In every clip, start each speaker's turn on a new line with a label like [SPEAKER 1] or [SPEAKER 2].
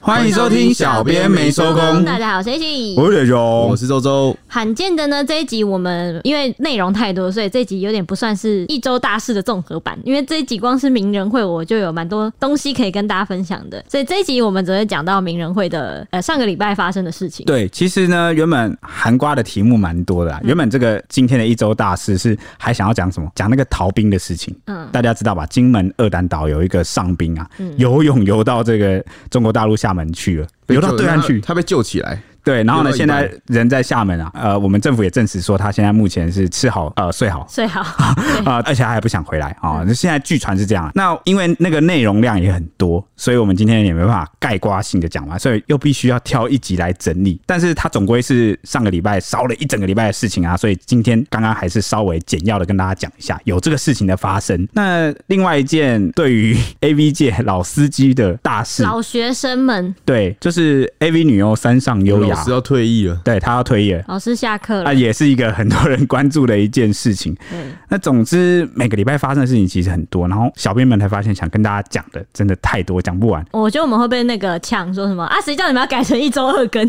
[SPEAKER 1] 欢迎收听小编没收工
[SPEAKER 2] 大家好，我是 H。
[SPEAKER 1] 我是荣
[SPEAKER 3] 我，是周周，
[SPEAKER 2] 罕见的呢，这一集我们因为内容太多，所以这一集有点不算是一周大事的综合版。因为这一集光是名人会，我就有蛮多东西可以跟大家分享的。所以这一集我们只会讲到名人会的呃上个礼拜发生的事情。
[SPEAKER 1] 对，其实呢，原本韩瓜的题目蛮多的啦。啊原本这个今天的一周大事是还想要讲什么？讲那个逃兵的事情。
[SPEAKER 2] 嗯
[SPEAKER 1] 大家知道吧？金门二胆岛有一个上兵啊，游泳游到这个中国大陆厦门去了，游到对岸去。
[SPEAKER 3] 他被救起来，
[SPEAKER 1] 对，然后呢，
[SPEAKER 3] 游到一
[SPEAKER 1] 现
[SPEAKER 3] 半
[SPEAKER 1] 在人在厦门啊。呃，我们政府也证实说，他现在目前是吃好呃睡好
[SPEAKER 2] 最好
[SPEAKER 1] 啊、而且他还不想回来啊、现在据传是这样，啊那因为那个内容量也很多，所以我们今天也没办法概括性的讲完，所以又必须要挑一集来整理。但是它总归是上个礼拜烧了一整个礼拜的事情啊，所以今天刚刚还是稍微简要的跟大家讲一下有这个事情的发生。那另外一件对于 A V 界老司机的大事，
[SPEAKER 2] 老学生们，
[SPEAKER 1] 对，就是 A V 女优山上优
[SPEAKER 3] 老
[SPEAKER 1] 雅
[SPEAKER 3] 师，要退役了，
[SPEAKER 1] 对她要退役了。
[SPEAKER 2] 老师下课
[SPEAKER 1] 啊，
[SPEAKER 2] 了。
[SPEAKER 1] 也是一个很多人关注的一件事情。
[SPEAKER 2] 嗯
[SPEAKER 1] 那总之，每个礼拜发生的事情其实很多，然后小编们才发现，想跟大家讲的真的太多，讲不完。
[SPEAKER 2] 我觉得我们会被那个呛说什么啊？谁叫你们要改成一周二更？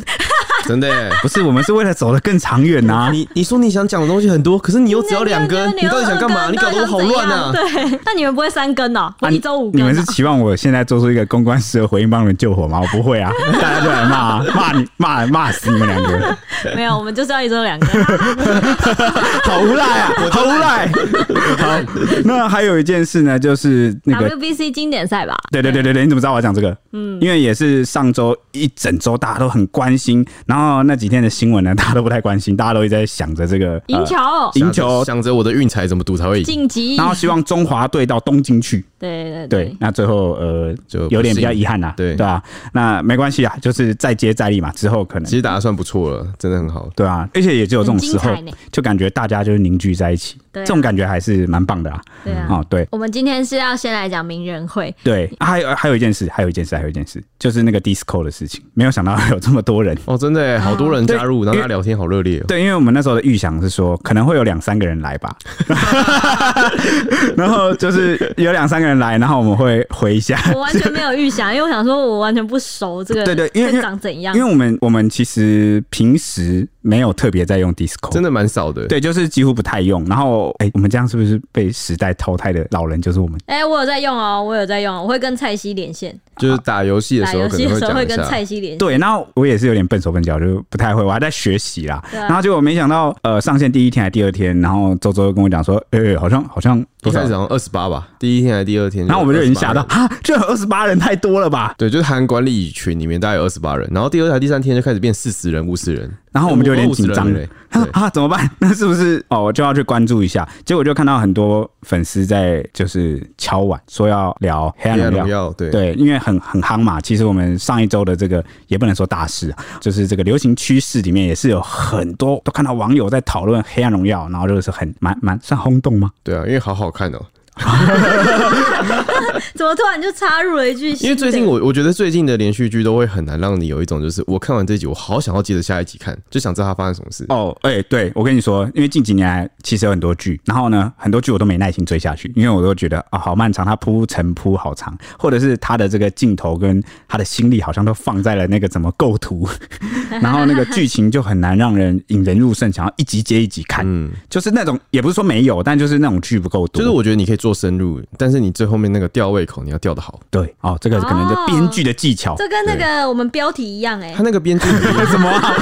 [SPEAKER 3] 真的耶。
[SPEAKER 1] 不是，我们是为了走得更长远啊呐、
[SPEAKER 3] 你你说你想讲的东西很多，可是你又只要两根，
[SPEAKER 2] 你
[SPEAKER 3] 你到底想干嘛？你搞得我好乱
[SPEAKER 2] 啊！
[SPEAKER 3] 啊！
[SPEAKER 2] 对， 那你们不会三更哦？我一周五
[SPEAKER 1] 啊你
[SPEAKER 2] 更
[SPEAKER 1] 们是
[SPEAKER 2] 哦。
[SPEAKER 1] 期望我现在做出一个公关式的回应，帮你们救火吗？我不会 啊，大家就来骂啊，骂你，骂骂死你们两个，
[SPEAKER 2] 没有，我们就是要一周两更。
[SPEAKER 1] 好无赖 啊，好无赖。好，那还有一件事呢，就是那个
[SPEAKER 2] WBC 经典赛吧，
[SPEAKER 1] 对对对对对，你怎么知道我要讲这个？嗯，因为也是上周一整周大家都很关心，然后那几天的新闻呢，大家都不太关心，大家都一直在想着这个
[SPEAKER 2] 赢、
[SPEAKER 1] 呃
[SPEAKER 2] 球、
[SPEAKER 1] 赢球，
[SPEAKER 3] 想着我的运彩怎么赌才会赢，
[SPEAKER 2] 晋级
[SPEAKER 1] 然，后希望中华队到东京去。
[SPEAKER 2] 对对
[SPEAKER 1] 对，那最后呃，
[SPEAKER 3] 就不
[SPEAKER 1] 有点比较
[SPEAKER 3] 行
[SPEAKER 1] 遗憾啦，
[SPEAKER 3] 对
[SPEAKER 1] 对啊，那没关系啊，就是再接再厉嘛，之后可能
[SPEAKER 3] 其实打得算不错了，真的很好。
[SPEAKER 1] 对啊，而且也只有这种时候
[SPEAKER 2] 很精彩呢，
[SPEAKER 1] 就感觉大家就是凝聚在一起，
[SPEAKER 2] 对啊
[SPEAKER 1] 这种感觉还是蛮棒的啊。
[SPEAKER 2] 对啊。
[SPEAKER 1] 哦，对
[SPEAKER 2] 我们今天是要先来讲名人 会，
[SPEAKER 1] 对，啊还有还有一件事，还有一件事，啊还有一件事，就是那个 disco 的事情，没有想到有这么多人。
[SPEAKER 3] 哦，真的耶，好多人加入，
[SPEAKER 1] 因
[SPEAKER 3] 然后大
[SPEAKER 1] 为
[SPEAKER 3] 家聊天好热烈哦。
[SPEAKER 1] 对，因为我们那时候的预想是说，可能会有两三个人来 吧，然后就是有两三个人来，然后我们会回一下。
[SPEAKER 2] 我完全没有预想，因为我想说我完全不熟这个，
[SPEAKER 1] 对对因为
[SPEAKER 2] 会长怎样
[SPEAKER 1] 因为？我们我们其实平时没有特别在用 Disco，
[SPEAKER 3] 真
[SPEAKER 1] 的
[SPEAKER 3] 的蛮少的，
[SPEAKER 1] 对，就是几乎不太用。然后，哎、我们这样是不是被时代淘汰的老人就是我们？
[SPEAKER 2] 哎、我有在用哦，我有在用哦，我会跟蔡西连线，
[SPEAKER 3] 就是打游戏的
[SPEAKER 2] 打
[SPEAKER 3] 时候
[SPEAKER 2] 游
[SPEAKER 3] 可
[SPEAKER 2] 戏
[SPEAKER 3] 能
[SPEAKER 2] 的
[SPEAKER 3] 会
[SPEAKER 2] 时候
[SPEAKER 3] 讲
[SPEAKER 2] 会
[SPEAKER 3] 一
[SPEAKER 2] 跟
[SPEAKER 3] 下。
[SPEAKER 2] 蔡西连线。
[SPEAKER 1] 对，然后我也是有点笨手笨脚，就不太会，我还在学习啦。
[SPEAKER 2] 对啊
[SPEAKER 1] 然后结果没想到，呃，上线第一天还第二天，然后周周又跟我讲说，哎、好像好像
[SPEAKER 3] 一
[SPEAKER 1] 多少
[SPEAKER 3] 开始？好像二十八吧，第一天还是第二天，
[SPEAKER 1] 然后我们就已经
[SPEAKER 3] 28
[SPEAKER 1] 吓到，
[SPEAKER 3] 人
[SPEAKER 1] 啊，这二十八人太多了吧？
[SPEAKER 3] 对，就是含管理群里面大概有二十八人，然后第二台、第三天就开始变四十人、五十人，
[SPEAKER 1] 然后我们就有点紧张
[SPEAKER 3] 50人嘞
[SPEAKER 1] 他说
[SPEAKER 3] 对
[SPEAKER 1] 啊，怎么办？那是不是哦？我就要去关注一下。结果就看到很多粉丝在就是敲碗说要聊黑暗
[SPEAKER 3] 黑暗
[SPEAKER 1] 荣
[SPEAKER 3] 荣
[SPEAKER 1] 耀。
[SPEAKER 3] 耀，对，
[SPEAKER 1] 对，因为很很夯嘛。其实我们上一周的这个也不能说大事啊，就是这个流行趋势里面也是有很多都看到网友在讨论《黑暗荣耀》，然后就是很蛮蛮算轰动吗？
[SPEAKER 3] 对啊，因为好好看哦、
[SPEAKER 2] 怎么突然就插入了一句新的？
[SPEAKER 3] 因为最近我我觉得最近的连续剧都会很难让你有一种就是我看完这一集，我好想要接着下一集看，就想知道它发生什么事。
[SPEAKER 1] 哦，哎、对我跟你说，因为近几年来其实有很多剧，然后呢，很多剧我都没耐心追下去，因为我都觉得啊、好漫长，它铺陈铺好长，或者是它的这个镜头跟它的心力好像都放在了那个怎么构图， 然后那个剧情就很难让人引人入胜，想要一集接一集看，
[SPEAKER 3] 嗯，
[SPEAKER 1] 就是那种也不是说没有，但就是那种剧不够多，
[SPEAKER 3] 就是我觉得你可以做深入，但是你最后面那个吊胃口你要吊的好。
[SPEAKER 1] 对哦，这个可能就编剧的技巧。
[SPEAKER 2] 这跟那个我们标题一样哎、
[SPEAKER 3] 他那个编剧 很厉害
[SPEAKER 1] 什么啊、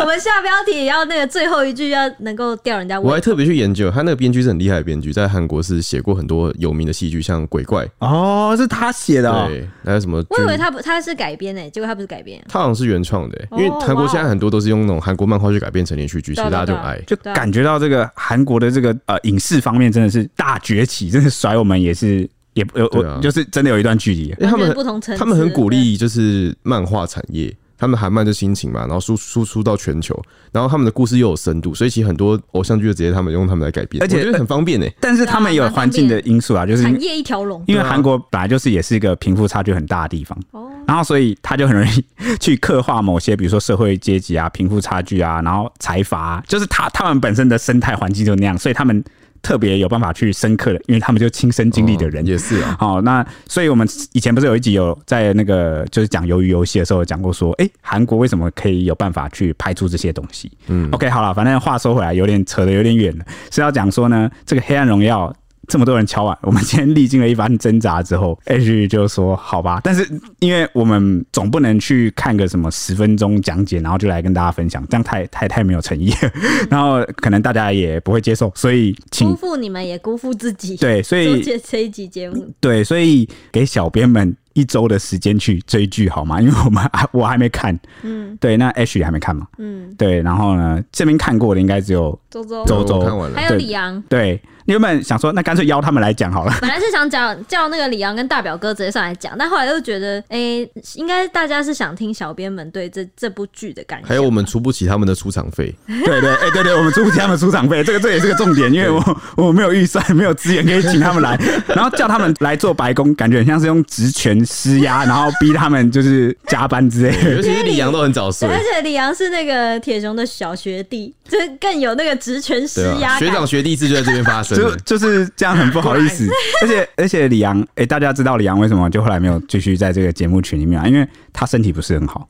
[SPEAKER 2] 我们下标题也要那个最后一句要能够吊人家
[SPEAKER 3] 我
[SPEAKER 2] 胃
[SPEAKER 3] 还特别去研究，他那个编剧是很厉害的编剧，在韩国是写过很多有名的戏剧，像《鬼怪》，
[SPEAKER 1] 哦，是他写的、哦。
[SPEAKER 3] 对，还有什么？
[SPEAKER 2] 我以为他不他是改编哎诶、结果他不是改编，
[SPEAKER 3] 他好像是原创的、
[SPEAKER 2] 哦
[SPEAKER 3] 因为韩国现
[SPEAKER 2] 哇哦
[SPEAKER 3] 在很多都是用那种韩国漫画去改编成连续剧，其
[SPEAKER 2] 对啊
[SPEAKER 3] 实大家
[SPEAKER 2] 对
[SPEAKER 3] 就
[SPEAKER 2] 啊
[SPEAKER 3] 很爱。
[SPEAKER 1] 就
[SPEAKER 2] 对啊
[SPEAKER 1] 感觉到这个韩国的这个呃影视方面真的是大崛起， 真的甩我们也是也有我、
[SPEAKER 3] 对啊
[SPEAKER 1] 就是真的有一段距离。
[SPEAKER 3] 因为他
[SPEAKER 2] 完
[SPEAKER 3] 们
[SPEAKER 2] 全
[SPEAKER 3] 很
[SPEAKER 2] 不同层次。
[SPEAKER 3] 他们很鼓励就是漫画产业，他们韩漫就心情嘛，然后输输出到全球，然后他们的故事又有深度，所以其实很多偶像剧就直接他们用他们来改编，
[SPEAKER 1] 而且
[SPEAKER 3] 我觉得很方便呢、欸
[SPEAKER 1] 但是他们有环境的因素啊，就
[SPEAKER 2] 对
[SPEAKER 1] 是
[SPEAKER 2] 产业一条龙。
[SPEAKER 1] 因为韩国本来就是也是一个贫富差距很大的地方，
[SPEAKER 2] 哦，
[SPEAKER 1] 然后所以他就很容易去刻画某些，比如说社会阶级啊、贫富差距啊，然后财阀、啊，就是他他们本身的生态环境就那样，所以他们特别有办法去深刻的，因为他们就亲身经历的人
[SPEAKER 3] 哦。也是啊，
[SPEAKER 1] 好、那所以我们以前不是有一集有在那个就是讲鱿鱼游戏的时候有讲过说，哎、韩国为什么可以有办法去拍出这些东西？嗯，OK，好了，反正话说回来，有点扯的有点远了，是要讲说呢，这个黑暗荣耀。这么多人敲碗，我们今天历经了一番挣扎之后，H 就说好吧，但是因为我们总不能去看个什么十分钟讲解，然后就来跟大家分享，这样太太太没有诚意 了，然后可能大家也不会接受，所以
[SPEAKER 2] 辜
[SPEAKER 1] 请
[SPEAKER 2] 负你们也辜负自己。，
[SPEAKER 1] 对，所以
[SPEAKER 2] 做这这一集节目，
[SPEAKER 1] 对，所以给小编们一周的时间去追剧好吗？因为我们 还我还没看，
[SPEAKER 2] 嗯
[SPEAKER 1] 对，那 H 也还没看嘛，
[SPEAKER 2] 嗯，
[SPEAKER 1] 对，然后呢，这边看过的应该只有
[SPEAKER 2] 周周，
[SPEAKER 1] 周周
[SPEAKER 3] 我看完了
[SPEAKER 2] 哦还，有
[SPEAKER 1] 对
[SPEAKER 2] 李阳，
[SPEAKER 1] 对，原本想说那干脆邀他们来讲好了，
[SPEAKER 2] 本来是想讲叫那个李阳跟大表哥直接上来讲，但后来又觉得，哎、应该大家是想听小编们对这这部剧的感想。
[SPEAKER 3] 还有我们出不起他们的出场 费，
[SPEAKER 1] 对对，哎、对对，我们出不起他们出场费，这个这也是个重点，因为我我没有预算，没有资源可以请他 们来，然后叫他们来做白宫，感觉很像是用职权施压，然后逼他们就是加班之类的。
[SPEAKER 3] 尤其是李阳都很早睡
[SPEAKER 2] 对，，而且李阳是那个铁雄的小学弟，这更有那个职权施
[SPEAKER 3] 对吧？
[SPEAKER 2] 压
[SPEAKER 3] 学
[SPEAKER 2] 感。
[SPEAKER 3] 长学弟制就在这 边发生
[SPEAKER 1] 就
[SPEAKER 3] 了，
[SPEAKER 1] 就是这样，很不好意思。而且而且李阳，哎、大家知道李阳为什么就后来没有继续在这个节目群里面啊？因为他身体不是很好。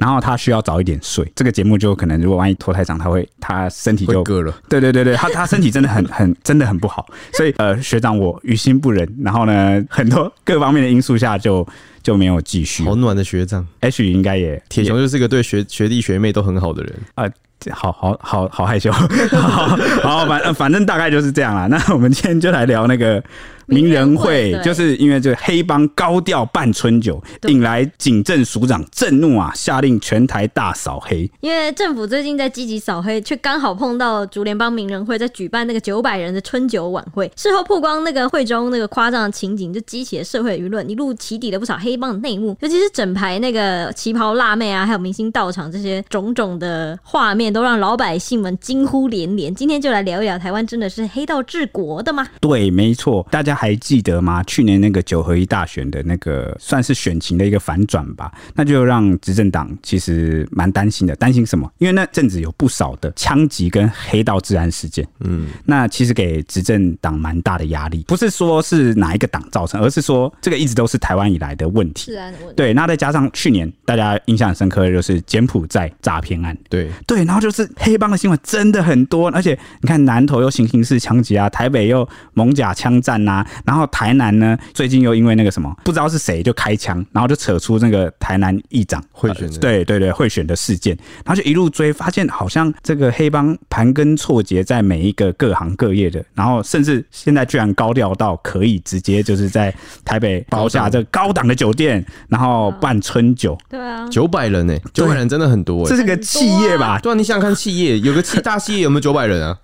[SPEAKER 1] 然后他需要早一点睡，这个节目就可能如果万一拖太长，他会他身体
[SPEAKER 3] 会
[SPEAKER 1] 就
[SPEAKER 3] 割了。
[SPEAKER 1] 对对对对，他他身体真的很 很真的很不好，所以呃学长我于心不忍，然后呢很多各方面的因素下就就没有继续
[SPEAKER 3] 好。暖的学长，
[SPEAKER 1] H 应该也
[SPEAKER 3] 铁雄就是个对学学弟学妹都很好的人。
[SPEAKER 1] 啊，这好好好好害羞， 好好反呃反正大概就是这样啦。 那我们今天就来聊那个名人
[SPEAKER 2] 名
[SPEAKER 1] 会，
[SPEAKER 2] 人会对
[SPEAKER 1] 就是因为这个黑帮高调办春酒，
[SPEAKER 2] 对
[SPEAKER 1] 引来警政署长震怒啊，下令全台大扫黑。
[SPEAKER 2] 因为政府最近在积极扫黑，却刚好碰到竹联帮名人会在举办那个九百人的春酒晚会。事后曝光那个会中那个夸张的情景，就激起了社会舆论，一路起底了不少黑帮的内幕，尤其是整排那个旗袍辣妹啊，还有明星到场这些种种的画面，都让老百姓们惊呼连连。今天就来聊一聊，台湾真的是黑道治国的吗？
[SPEAKER 1] 对，没错，大家还记得吗？去年那个九合一大选的那个算是选情的一个反转吧，那就让执政党其实蛮担心的。担心什么？因为那阵子有不少的枪击跟黑道治安事件，嗯，那其实给执政党蛮大的压力。不是说是哪一个党造成，而是说这个一直都是台湾以来的问题。
[SPEAKER 2] 治安的问题。
[SPEAKER 1] 对，那再加上去年大家印象很深刻的就是柬埔寨诈骗案，
[SPEAKER 3] 对，
[SPEAKER 2] 嗯
[SPEAKER 1] 对，然后就是黑帮的新闻真的很多，而且你看南投又行刑式枪击啊，台北又蒙甲枪战呐、然后台南呢最近又因为那个什么不知道是谁就开枪，然后就扯出那个台南议长
[SPEAKER 3] 贿选的
[SPEAKER 1] 呃对对对贿选的事件，然后就一路追，发现好像这个黑帮盘根错节在每一个各行各业的，然后甚至现在居然高调到可以直接就是在台北包下这个高档的酒店，然后办春酒，
[SPEAKER 2] 对啊，
[SPEAKER 3] 九百人呢，九百人真的很多
[SPEAKER 1] 这
[SPEAKER 3] 哎。
[SPEAKER 1] 是个企业吧？
[SPEAKER 3] 对啊，你想想看，企业有个企大企业有没有九百人啊？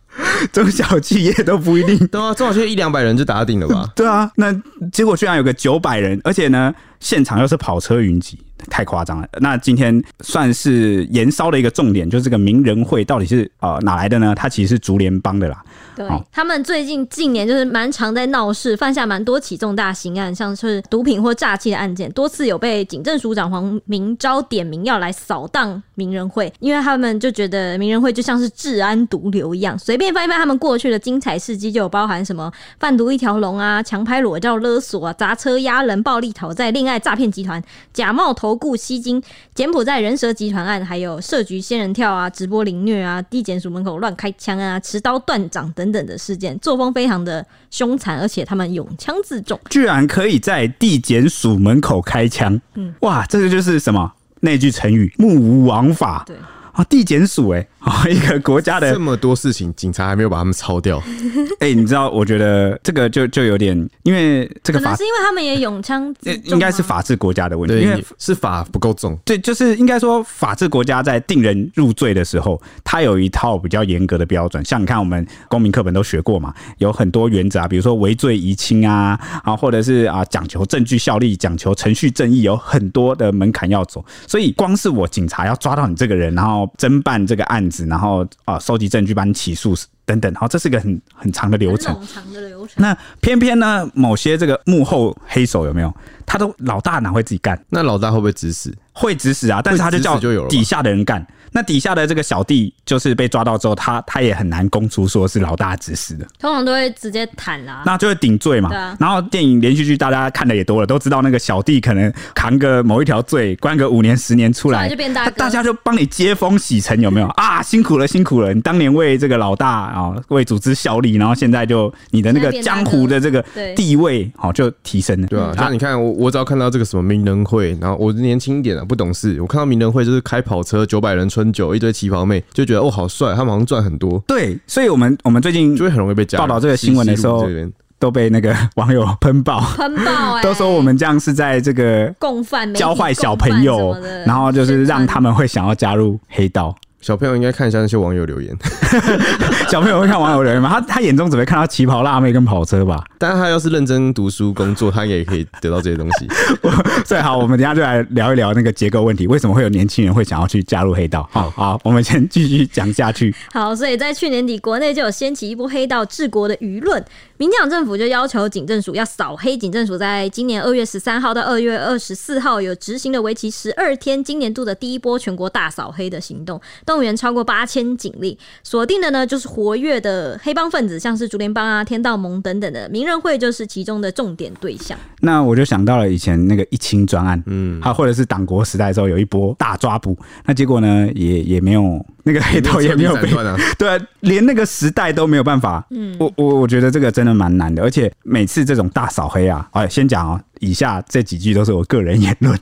[SPEAKER 1] 中小企业都不一定
[SPEAKER 3] 对啊，中小企业一两百人就打顶了吧？
[SPEAKER 1] 对啊，那结果居然有个九百人，而且呢，现场又是跑车云集，太夸张了。那今天算是延烧的一个重点，就是这个名人会到底是呃哪来的呢？它其实是竹联帮的啦，
[SPEAKER 2] 对
[SPEAKER 1] 好，
[SPEAKER 2] 他们最近近年就是蛮常在闹事，犯下蛮多起重大刑案，像是毒品或诈欺的案件，多次有被警政署长黄明昭点名要来扫荡名人会，因为他们就觉得名人会就像是治安毒瘤一样，随便翻一翻他们过去的精彩事迹，就有包含什么贩毒一条龙啊、强拍裸照勒索啊、砸车压人、暴力讨债、恋爱诈骗集团、假冒投顾吸金、柬埔寨人蛇集团案，还有设局仙人跳啊、直播凌虐啊、地检署门口乱开枪啊、持刀断掌等等的事件，作风非常的凶残，而且他们勇枪自重。
[SPEAKER 1] 居然可以在地检署门口开枪，嗯，哇，这个就是什么那句成语“目无王法
[SPEAKER 2] 对，”
[SPEAKER 1] 啊，地检署哎、啊，一个国家的
[SPEAKER 3] 这么多事情，警察还没有把他们抄掉，
[SPEAKER 1] 哎、你知道，我觉得这个就就有点，因为这
[SPEAKER 2] 可
[SPEAKER 1] 个
[SPEAKER 2] 能
[SPEAKER 1] 法
[SPEAKER 2] 是因为他们也勇枪自
[SPEAKER 1] 呃
[SPEAKER 2] 重吗，
[SPEAKER 1] 应该是法治国家的问题，因为
[SPEAKER 3] 对，是法不够重。
[SPEAKER 1] 对，就是应该说，法治国家在定人入罪的时候，它有一套比较严格的标准。像你看，我们公民课本都学过嘛，有很多原则啊，比如说为罪疑轻啊，啊，或者是啊讲求证据效力、讲求程序正义，有很多的门槛要走。所以，光是我警察要抓到你这个人，然后侦办这个案子，然后啊收集证据、把你起诉。等等，好，这是个很很长的流程。
[SPEAKER 2] 很冗长的流程。
[SPEAKER 1] 那偏偏呢，某些这个幕后黑手有没有？他都老大哪会自己干？
[SPEAKER 3] 那老大会不会指使？
[SPEAKER 1] 会指使啊，但是他就
[SPEAKER 3] 会
[SPEAKER 1] 叫
[SPEAKER 3] 指使就有了吧
[SPEAKER 1] 底下的人干。那底下的这个小弟就是被抓到之后，他他也很难供出说是老大指使的，
[SPEAKER 2] 通常都会直接啊谈啦、
[SPEAKER 1] 那就会顶罪嘛。
[SPEAKER 2] 对啊
[SPEAKER 1] 然后电影连续剧大家看的也多了，都知道那个小弟可能扛个某一条罪，关个五年十年出
[SPEAKER 2] 出
[SPEAKER 1] 来，
[SPEAKER 2] 来就变大
[SPEAKER 1] 他
[SPEAKER 2] 哥
[SPEAKER 1] 大家就帮你接风洗尘，有没有啊？辛苦了，辛苦了，你当年为这个老大啊、为组织效力，然后现在就你的那个
[SPEAKER 2] 现在变大
[SPEAKER 1] 江
[SPEAKER 2] 哥
[SPEAKER 1] 湖的这个
[SPEAKER 2] 对
[SPEAKER 1] 地位，好、就提升了，
[SPEAKER 3] 对啊，像你看我，我只要看到这个什么名人会，然后我年轻一点啊，不懂事，我看到名人会就是开跑车、九百人春酒，一堆旗袍妹，就觉得哦好帅，他们好像赚很多，嗯
[SPEAKER 1] 对，所以我们我们最近
[SPEAKER 3] 就会很容易被加入
[SPEAKER 1] 报道这个新闻的时候
[SPEAKER 3] 吸入这边
[SPEAKER 1] 都被那个 网友喷爆。
[SPEAKER 2] 喷爆哎、
[SPEAKER 1] 都说我们这样是在这个
[SPEAKER 2] 共犯媒体
[SPEAKER 1] 教坏小朋
[SPEAKER 2] 共
[SPEAKER 1] 友
[SPEAKER 2] 犯什么的，
[SPEAKER 1] 然后就是让他们会想要加入黑道。
[SPEAKER 3] 小朋友应该看一下那些网友留言，
[SPEAKER 1] 小朋友会看网友留言吗？他他眼中只会看到旗袍辣妹跟跑车吧？
[SPEAKER 3] 但他要是认真读书工作，他也可以得到这些东西。
[SPEAKER 1] 最好，我们等一下就来聊一聊那个结构问题，为什么会有年轻人会想要去加入黑道？ 好好，我们先继续讲下去。
[SPEAKER 2] 好，所以在去年底，国内就有掀起一波黑道治国的舆论。民进党政府就要求警政署要扫黑，警政署在今年二月十三号到二月二十四号有执行了为期十二天今年度的第一波全国大扫黑的行动，动员超过八千警力，锁定的呢就是活跃的黑帮分子，像是竹联帮啊、天道盟等等的，名人会就是其中的重点对象。
[SPEAKER 1] 那我就想到了以前那个一清专案，嗯，还或者是党国时代的时候有一波大抓捕，那结果呢也也没有那个黑道也没有被
[SPEAKER 3] 彻底斩断啊，
[SPEAKER 1] 对啊，连那个时代都没有办法。嗯，我我我觉得这个真的蛮难的，而且每次这种大扫黑啊，哎，先讲哦，以下这几句都是我个人言 论，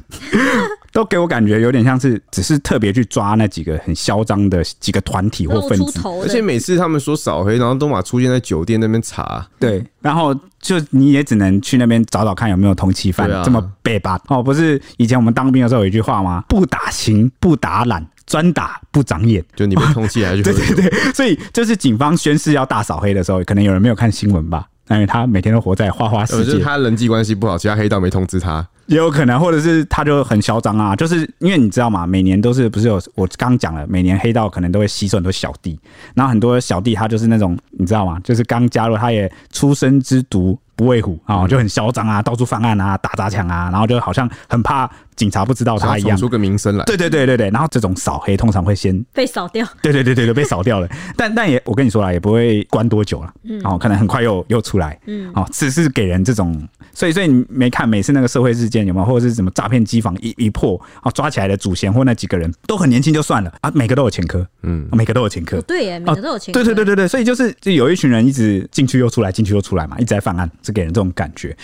[SPEAKER 1] 都给我感觉有点像是只是特别去抓那几个很嚣张的几个团体或
[SPEAKER 2] 露
[SPEAKER 1] 分
[SPEAKER 2] 出
[SPEAKER 1] 子，
[SPEAKER 2] 头
[SPEAKER 3] 而且
[SPEAKER 2] 的，
[SPEAKER 3] 每次他们说扫黑，然后都马出现在酒店那边查，
[SPEAKER 1] 对，然后就你也只能去那边找找看有没有通缉犯，
[SPEAKER 3] 对啊
[SPEAKER 1] 这么背吧？哦，不是以前我们当兵的时候有一句话吗？不打勤，不打懒，专打不长眼。
[SPEAKER 3] 就你被通缉还去喝
[SPEAKER 1] 对
[SPEAKER 3] 酒，
[SPEAKER 1] 对对，所以就是警方宣誓要大扫黑的时候，可能有人没有看新闻吧。因为他每天都活在花花
[SPEAKER 3] 呃
[SPEAKER 1] 世
[SPEAKER 3] 就是
[SPEAKER 1] 界，
[SPEAKER 3] 他人际关系不好，其他黑道没通知他，
[SPEAKER 1] 也有可能，或者是他就很嚣张啊，就是因为你知道嘛，每年都是不是有我刚讲了，每年黑道可能都会吸收很多小弟，然后很多小弟他就是那种你知道吗？就是刚加入，他也出生之犊不畏虎啊、就很嚣张啊，到处犯案啊，打砸抢啊，然后就好像很怕警察不知道哦他一
[SPEAKER 3] 想
[SPEAKER 1] 样
[SPEAKER 3] 要闯。出个名声来。，
[SPEAKER 1] 对对对对对，然后这种扫黑通常会先
[SPEAKER 2] 被扫 掉。
[SPEAKER 1] 对对对对对，被扫掉 了。但但也我跟你说啦，也不会关多久了，嗯，哦，可能很快又又出来，嗯，哦，只是给人这种，所以所以你没看每次那个社会事件有没有，或者是什么诈骗机房一一破，哦，抓起来的主嫌或那几个人都很年轻就算了啊，每个都有前科，嗯，每个都有前科
[SPEAKER 2] 哦，，对耶，每个都有钱、
[SPEAKER 1] 对对对，对对，所以就是就有一群人一直进去又出来，进去又出来嘛，一直在犯案，是给人这种感觉。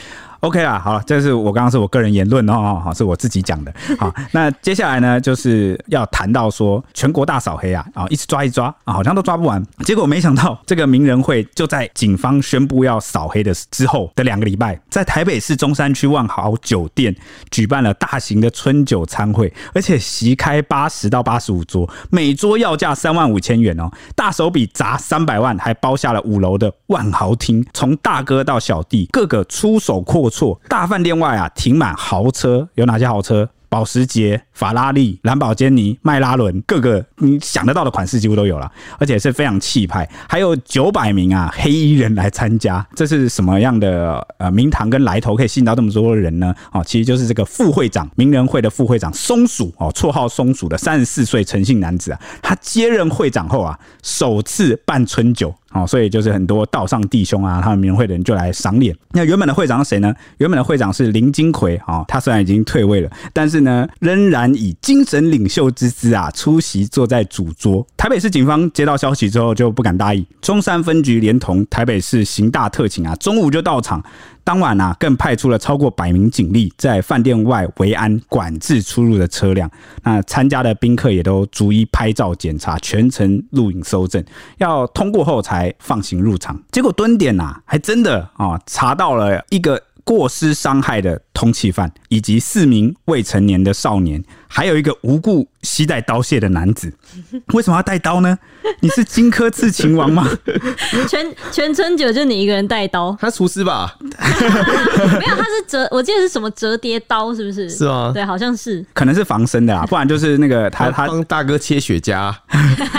[SPEAKER 1] OK 啦，好了，这是我刚刚是我个人言论哦，好，是我自己讲的。好，那接下来呢，就是要谈到说全国大扫黑啊，啊，一直抓一抓啊，好像都抓不完。结果没想到这个名人会就在警方宣布要扫黑的之后的两个礼拜，在台北市中山区万豪酒店举办了大型的春酒餐会，而且席开八十到八十五桌，每桌要价三万五千元哦，大手笔砸三百万，还包下了五楼的万豪厅，从大哥到小弟，各个出手阔绰。大饭店外啊，停满豪车，有哪些豪车？保时捷、法拉利、兰博基尼、迈拉伦，各个你想得到的款式几乎都有了，而且是非常气派。还有九百名啊黑衣人来参加，这是什么样的呃名堂跟来头可以吸引到这么多人呢？哦，其实就是这个副会长，名人会的副会长松鼠哦，绰号松鼠的三十四岁诚信男子啊，他接任会长后啊，首次办春酒。哦，所以就是很多道上弟兄啊，他们名人会的人就来赏脸。那原本的会长是谁呢？原本的会长是林金奎啊、哦，他虽然已经退位了，但是呢，仍哦然以精神领袖之姿啊，出席坐在主桌。台北市警方接到消息之后就不敢大意，中山分局连同台北市刑大特勤啊，中午就到场。当晚啊，更派出了超过百名警力在饭店外维安管制出入的车辆。那参加的宾客也都逐一拍照检查，全程录影搜证，要通过后才放行入场。结果蹲点呐、啊，还真的啊、哦、查到了一个。过失伤害的通缉犯，以及四名未成年的少年，还有一个无故携带刀械的男子。 为什么要带刀呢？你是荆轲刺秦王吗？
[SPEAKER 2] 全全春酒就你一个人带刀
[SPEAKER 3] 他厨师吧？
[SPEAKER 2] 没有，他是折，我记得是什么折叠刀，是不是？
[SPEAKER 3] 是吗
[SPEAKER 2] 对，好像是。
[SPEAKER 1] 可能是防身的啦，不然就是那个他他
[SPEAKER 3] 帮大哥切 雪茄，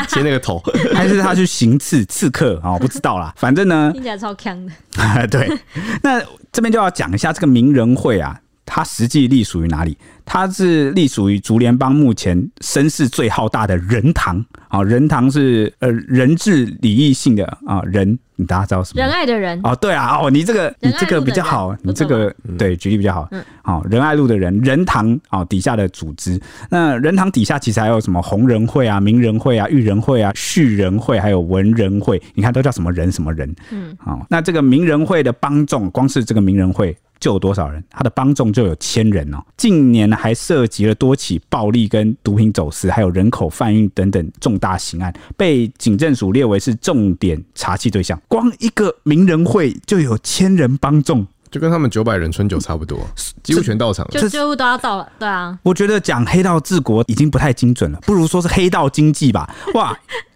[SPEAKER 3] 切那个头。
[SPEAKER 1] 还是他去行刺刺客啊、哦，不知道啦。反正呢，
[SPEAKER 2] 听起来超强的，
[SPEAKER 1] 对，那这边就要讲一下这个名人会啊，它实际隶属于哪里？它是隶属于竹联帮目前声势最浩大的仁堂啊、仁堂是呃人治礼义性的啊、仁，你大家知道什么
[SPEAKER 2] 仁？爱的人，
[SPEAKER 1] 哦，对啊，哦，你这个你
[SPEAKER 2] 仁爱
[SPEAKER 1] 这个
[SPEAKER 2] 路
[SPEAKER 1] 比
[SPEAKER 2] 的
[SPEAKER 1] 较
[SPEAKER 2] 人
[SPEAKER 1] 好，
[SPEAKER 2] 不
[SPEAKER 1] 你这
[SPEAKER 2] 错嗯
[SPEAKER 1] 个对举例比较好。好、仁爱路的人，仁堂哦底下的组织，那仁堂底下其实还有什么红人会啊、名人会啊、育人会啊、旭人会，还有文人会，你看都叫什么人什么人。嗯，好、那这个名人会的帮众，光是这个名人会。就有多少人？他的帮众就有千人哦。近年还涉及了多起暴力跟毒品走私，还有人口贩运等等重大刑案，被警政署列为是重点查缉对象。光一个名人会就有千人帮众，
[SPEAKER 3] 就跟他们九百人春酒差不多，几乎全到场了。
[SPEAKER 1] 这
[SPEAKER 2] 就几乎都要到了，对啊，
[SPEAKER 1] 我觉得讲黑道治国已经不太精准了，不如说是黑道经济吧。哇，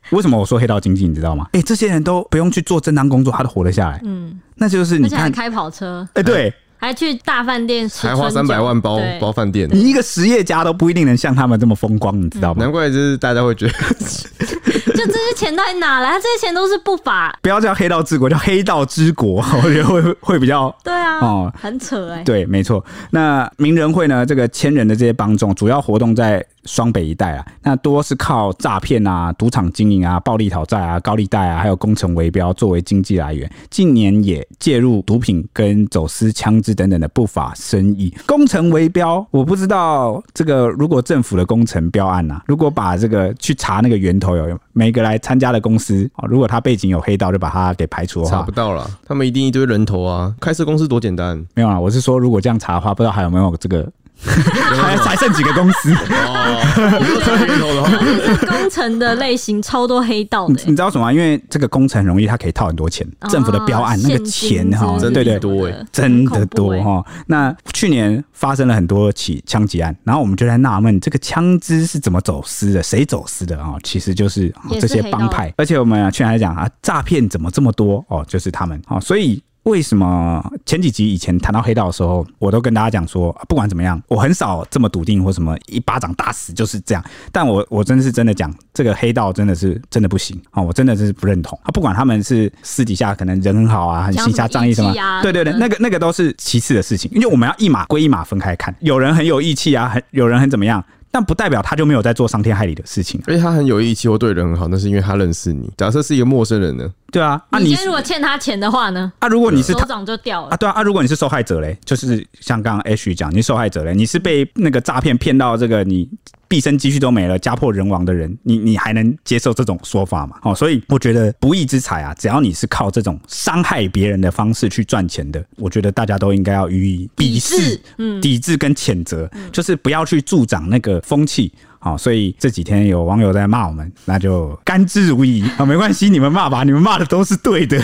[SPEAKER 1] 为什么我说黑道经济？你知道吗？哎、这些人都不用去做正当工作，他都活得下来。嗯，那就是
[SPEAKER 2] 而
[SPEAKER 1] 你
[SPEAKER 2] 且还
[SPEAKER 1] 看，
[SPEAKER 2] 开跑车，
[SPEAKER 1] 哎、对
[SPEAKER 2] 还去大饭店吃
[SPEAKER 3] 才花
[SPEAKER 2] 春
[SPEAKER 3] 三
[SPEAKER 2] 酒
[SPEAKER 3] 百万包
[SPEAKER 2] 对嗯
[SPEAKER 3] 包饭店，
[SPEAKER 1] 你一个实业家都不一定能像他们这么风光，你知道吗？
[SPEAKER 3] 难怪就是大家会觉得
[SPEAKER 2] 就这些钱到底哪来？这些钱都是不法，
[SPEAKER 1] 不要叫黑道治国，叫黑道之国， 我觉得会会比较
[SPEAKER 2] 对啊，
[SPEAKER 1] 哦
[SPEAKER 2] 很扯哎、
[SPEAKER 1] 对，没错。那名人会呢，这个千人的这些帮众，主要活动在双北一带啊，那多是靠诈骗啊、赌场经营啊、暴力讨债啊、高利贷啊，还有工程围标作为经济来源。近年也介入毒品跟走私枪支等等的不法生意。工程围标，我不知道这个如果政府的工程标案啊，如果把这个去查那个源头有每个来参加的公司啊、哦如果他背景有黑道，就把他给排除的
[SPEAKER 3] 查
[SPEAKER 1] 话
[SPEAKER 3] 不，到了。他们一定一堆人头啊！开设公司多简单，
[SPEAKER 1] 没有啊，我是说，如果这样查的话，不知道还有没有这个，还还剩几个公司？
[SPEAKER 3] 人头 的话，
[SPEAKER 2] 工程的类型超多黑道
[SPEAKER 1] 你
[SPEAKER 2] 的、
[SPEAKER 1] 你
[SPEAKER 2] 欸。
[SPEAKER 1] 知道什么吗？因为这个工程容易，它可以套很多钱，
[SPEAKER 2] 哦
[SPEAKER 1] 政府的标案那个钱哈，
[SPEAKER 2] 现金
[SPEAKER 1] 对
[SPEAKER 2] 之类的
[SPEAKER 1] 对。
[SPEAKER 3] 多欸
[SPEAKER 1] 真的
[SPEAKER 2] 很恐怖
[SPEAKER 1] 多
[SPEAKER 2] 欸
[SPEAKER 1] 哈、那去年发生了很多起枪击案，然后我们就在纳闷，这个枪支是怎么走私的？谁走私的啊、其实就是、哦
[SPEAKER 2] 也是
[SPEAKER 1] 这些
[SPEAKER 2] 黑道
[SPEAKER 1] 帮派，而且我们啊，去年还讲啊，诈骗怎么这么多哦，就是他们哦，所以。为什么前几集以前谈到黑道的时候，我都跟大家讲说，啊不管怎么样，我很少这么笃定或什么一巴掌打死就是这样。但我我真的是真的讲，这个黑道真的是真的不行啊、哦我真的是不认同啊。不管他们是私底下可能人很好啊，很
[SPEAKER 2] 讲
[SPEAKER 1] 行侠
[SPEAKER 2] 什么
[SPEAKER 1] 仗义
[SPEAKER 2] 义
[SPEAKER 1] 什么
[SPEAKER 2] 气，啊
[SPEAKER 1] 对对对，
[SPEAKER 2] 什么的
[SPEAKER 1] 那个那个都是其次的事情，因为我们要一码归一码分开看。有人很有义气啊，很有人很怎么样，但不代表他就没有在做伤天害理的事情啊。
[SPEAKER 3] 而且他很有义气或对人很好，那是因为他认识你。假设是一个陌生人呢，
[SPEAKER 1] 对啊，啊
[SPEAKER 2] 你
[SPEAKER 1] 你
[SPEAKER 2] 今天如果欠他钱的话呢，
[SPEAKER 1] 啊，如果你是
[SPEAKER 2] 手
[SPEAKER 1] 他
[SPEAKER 2] 掌就掉了
[SPEAKER 1] 啊，。对啊啊，如果你是受害者嘞，就是像刚刚 H 讲，你是受害者嘞，你是被那个诈骗骗到这个你毕生积蓄都没了、家破人亡的人，你你还能接受这种说法吗？哦，所以我觉得不义之财啊，只要你是靠这种伤害别人的方式去赚钱的，我觉得大家都应该要予以鄙
[SPEAKER 2] 抵
[SPEAKER 1] 视
[SPEAKER 2] 制、嗯
[SPEAKER 1] 抵制跟谴责，就是不要去助长那个风气。好、所以这几天有网友在骂我们，那就甘之如饴啊、没关系，你们骂吧，你们骂的都是对的。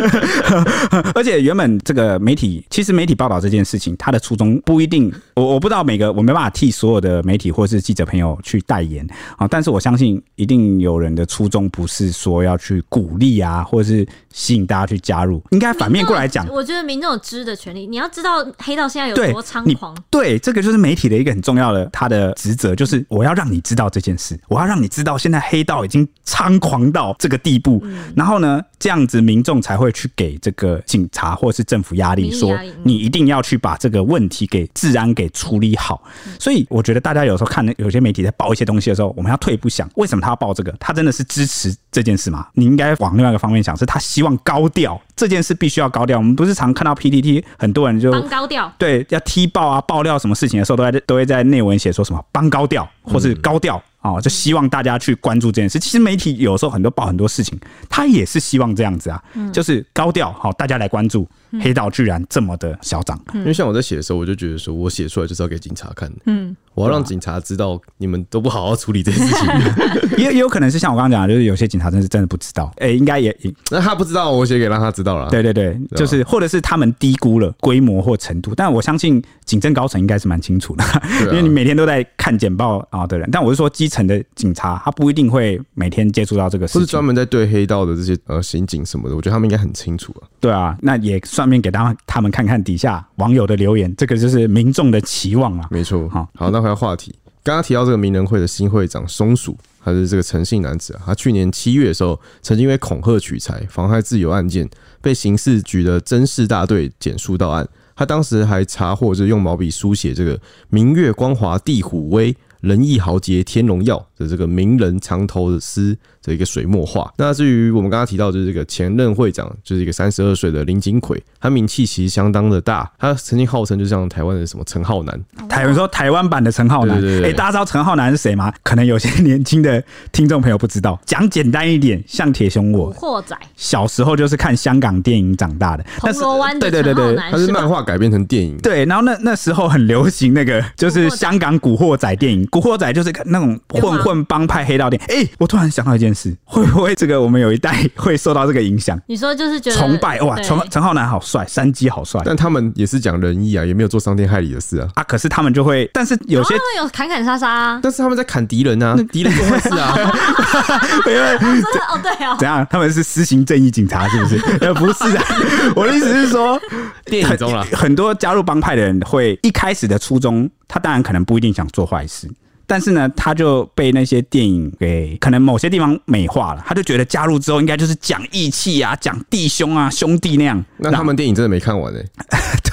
[SPEAKER 1] 而且原本这个媒体，其实媒体报道这件事情，它的初衷不一定，我我不知道每个，我没办法替所有的媒体或是记者朋友去代言啊、但是我相信一定有人的初衷不是说要去鼓励啊，或者是吸引大家去加入，应该反面过来讲
[SPEAKER 2] 民众，有我觉得民众有知的权利。你要知道黑道现在有
[SPEAKER 1] 对
[SPEAKER 2] 多猖
[SPEAKER 1] 你
[SPEAKER 2] 狂，
[SPEAKER 1] 对，这个就是媒体的一个很重要的它的职责，就是我要让你知道这件事，我要让你知道现在黑道已经猖狂到这个地步，
[SPEAKER 2] 嗯
[SPEAKER 1] 然后呢，这样子民众才会去给这个警察或是政府压力，
[SPEAKER 2] 民意
[SPEAKER 1] 说
[SPEAKER 2] 压力嗯
[SPEAKER 1] 你一定要去把这个问题给治安给处理好。
[SPEAKER 2] 嗯
[SPEAKER 1] 所以我觉得大家有时候看有些媒体在报一些东西的时候，我们要退一步想，为什么他要报这个？他真的是支持这件事吗？你应该往另外一个方面想，是他希望高调这件事必须要高调。我们不是常看到 PTT 很多人就
[SPEAKER 2] 帮高调。
[SPEAKER 1] 对，哦要踢爆啊、爆料什么事情的时候，都在都会在内文写说什么帮高调或
[SPEAKER 3] 嗯
[SPEAKER 1] 是高调啊、哦，就希望大家去关注这件事。其实媒
[SPEAKER 3] 嗯
[SPEAKER 1] 体有时候很多报很多事情，他也是希望这样子啊，就是高调好、大家来关注黑道居然这么的嚣张。
[SPEAKER 3] 因为像我在写的时候，我就觉得说我写出来就是要给警察看的，
[SPEAKER 2] 嗯，
[SPEAKER 3] 我要让警察知道你们都不好好处理这 件事情。
[SPEAKER 1] 也也有可能是像我刚刚讲的，就是有些警察真是真的不知道，哎、应该也也
[SPEAKER 3] 那他不知道，我写给让他知道了。
[SPEAKER 1] 对对对，
[SPEAKER 3] 啊
[SPEAKER 1] 就是或者是他们低估了规模或程度，但我相信警政高层应该是蛮清楚的，
[SPEAKER 3] 对
[SPEAKER 1] 因
[SPEAKER 3] 啊，
[SPEAKER 1] 为你每天都在看简报啊的人，但我是说基层的警察，他不一定会每天接触到这个
[SPEAKER 3] 或
[SPEAKER 1] 事
[SPEAKER 3] 是
[SPEAKER 1] 情
[SPEAKER 3] 专，门在对黑道的这些呃刑警什么的，我觉得他们应该很清楚啊。
[SPEAKER 1] 对啊，那也顺便给他们他们看看底下网友的留言，这个就是民众的期望
[SPEAKER 2] 嗯
[SPEAKER 1] 啊。
[SPEAKER 3] 没错，
[SPEAKER 1] 好
[SPEAKER 3] 好，那回到话题，刚刚提到这个名人会的新会长松鼠，他是这个诚信男子啊，他去年七月的时候，曾经因为恐吓取财、妨害自由案件，被刑事局的侦事大队检诉到案。他当时还查获，就是用毛笔书写这个“明月光华地虎威”。仁义豪杰天荣耀的这个名人长头的诗的一个水墨画。那至于我们刚刚提到，就是这个前任会长，就是一个三十二岁的林金奎，他名气其实相当的大，他曾经号称就像台湾的什么陈浩南，
[SPEAKER 1] 台湾说台湾版的陈浩南，哎
[SPEAKER 3] 对对对对
[SPEAKER 1] 大家知道陈浩南是谁吗？可能有些年轻的听众朋友不知道，讲简单一点，像铁熊
[SPEAKER 2] 古
[SPEAKER 1] 我
[SPEAKER 2] 惑仔，
[SPEAKER 1] 小时候就是看香港电影长大的，
[SPEAKER 2] 哦铜
[SPEAKER 1] 但是
[SPEAKER 2] 锣湾的
[SPEAKER 1] 对对对
[SPEAKER 2] 陈浩
[SPEAKER 1] 对，
[SPEAKER 2] 南
[SPEAKER 3] 它是
[SPEAKER 2] 是吧
[SPEAKER 3] 漫画改编成电影，
[SPEAKER 1] 对，然后那那时候很流行那个，就是
[SPEAKER 2] 古惑仔
[SPEAKER 1] 香港古惑仔电影，古惑仔就是那种混混帮派黑道电影。哎、我突然想到一件事，会不会这个我们有一代会受到这个影响？
[SPEAKER 2] 你说就是觉得
[SPEAKER 1] 崇拜哇，
[SPEAKER 2] 对
[SPEAKER 1] 陈陈浩南好帅，山鸡好帅
[SPEAKER 3] 但他们也是讲仁义啊，也没有做伤天害理的事啊。
[SPEAKER 1] 啊！可是他们就会，但是有些
[SPEAKER 2] 然后哦他们有砍砍杀杀啊，
[SPEAKER 3] 但是他们在砍敌人啊，敌人做坏事 啊，
[SPEAKER 2] 真的哦，对哦，
[SPEAKER 1] 怎样？他们是施行正义警察是不是？ 呃，不是啊，我的意思是说，
[SPEAKER 3] 电影中啊啦，
[SPEAKER 1] 很多加入帮派的人会一开始的初衷，他当然可能不一定想做坏事。但是呢，他就被那些电影给可能某些地方美化了，他就觉得加入之后应该就是讲义气啊、讲弟兄啊、兄弟那样。
[SPEAKER 3] 那他们电影真的没看完欸诶、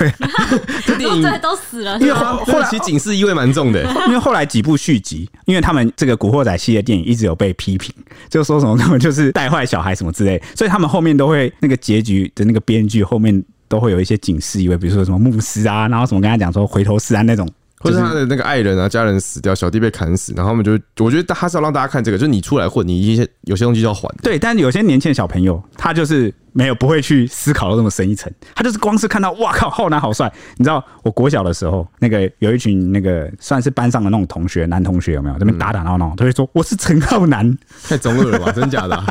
[SPEAKER 2] 这电影哦都死了，
[SPEAKER 3] 啊
[SPEAKER 1] 因为
[SPEAKER 2] 是吧
[SPEAKER 1] 后
[SPEAKER 3] 后来其实警示意味蛮重的、 欸。
[SPEAKER 1] 因为后来几部续集，因为他们这个《古惑仔》系列电影一直有被批评，就说什么他们就是带坏小孩什么之类，所以他们后面都会那个结局的那个编剧后面都会有一些警示意味，比如说什么牧师啊，然后什么跟他讲说回头是岸那种，
[SPEAKER 3] 或者他的那个爱人啊、家人死掉，小弟被砍死，然后他们就，我觉得他是要让大家看这个，就是你出来混，你一些有些东西就要还的。
[SPEAKER 1] 对，但有些年轻的小朋友，他就是没有不会去思考到这么深一层，他就是光是看到哇靠，浩南好帅。你知道，我国小的时候，那个有一群那个算是班上的那种同学，男同学有没有？这边打打闹闹，都会说我是陈浩南，
[SPEAKER 3] 太中二了吧？ 真假的啊、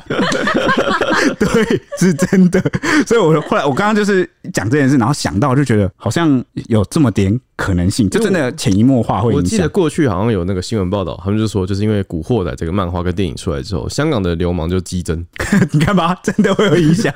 [SPEAKER 1] 对，是真的。所以我后来我刚刚就是讲这件事，然后想到就觉得好像有这么点可能性，就真的潜移默化会
[SPEAKER 3] 我
[SPEAKER 1] 影
[SPEAKER 3] 记得
[SPEAKER 1] 响。
[SPEAKER 3] 过去好像有那个新闻报道，他们就说，就是因为《古惑仔》这个漫画跟电影出来之后，香港的流氓就激增，
[SPEAKER 1] 你看吧，真的会有影 响。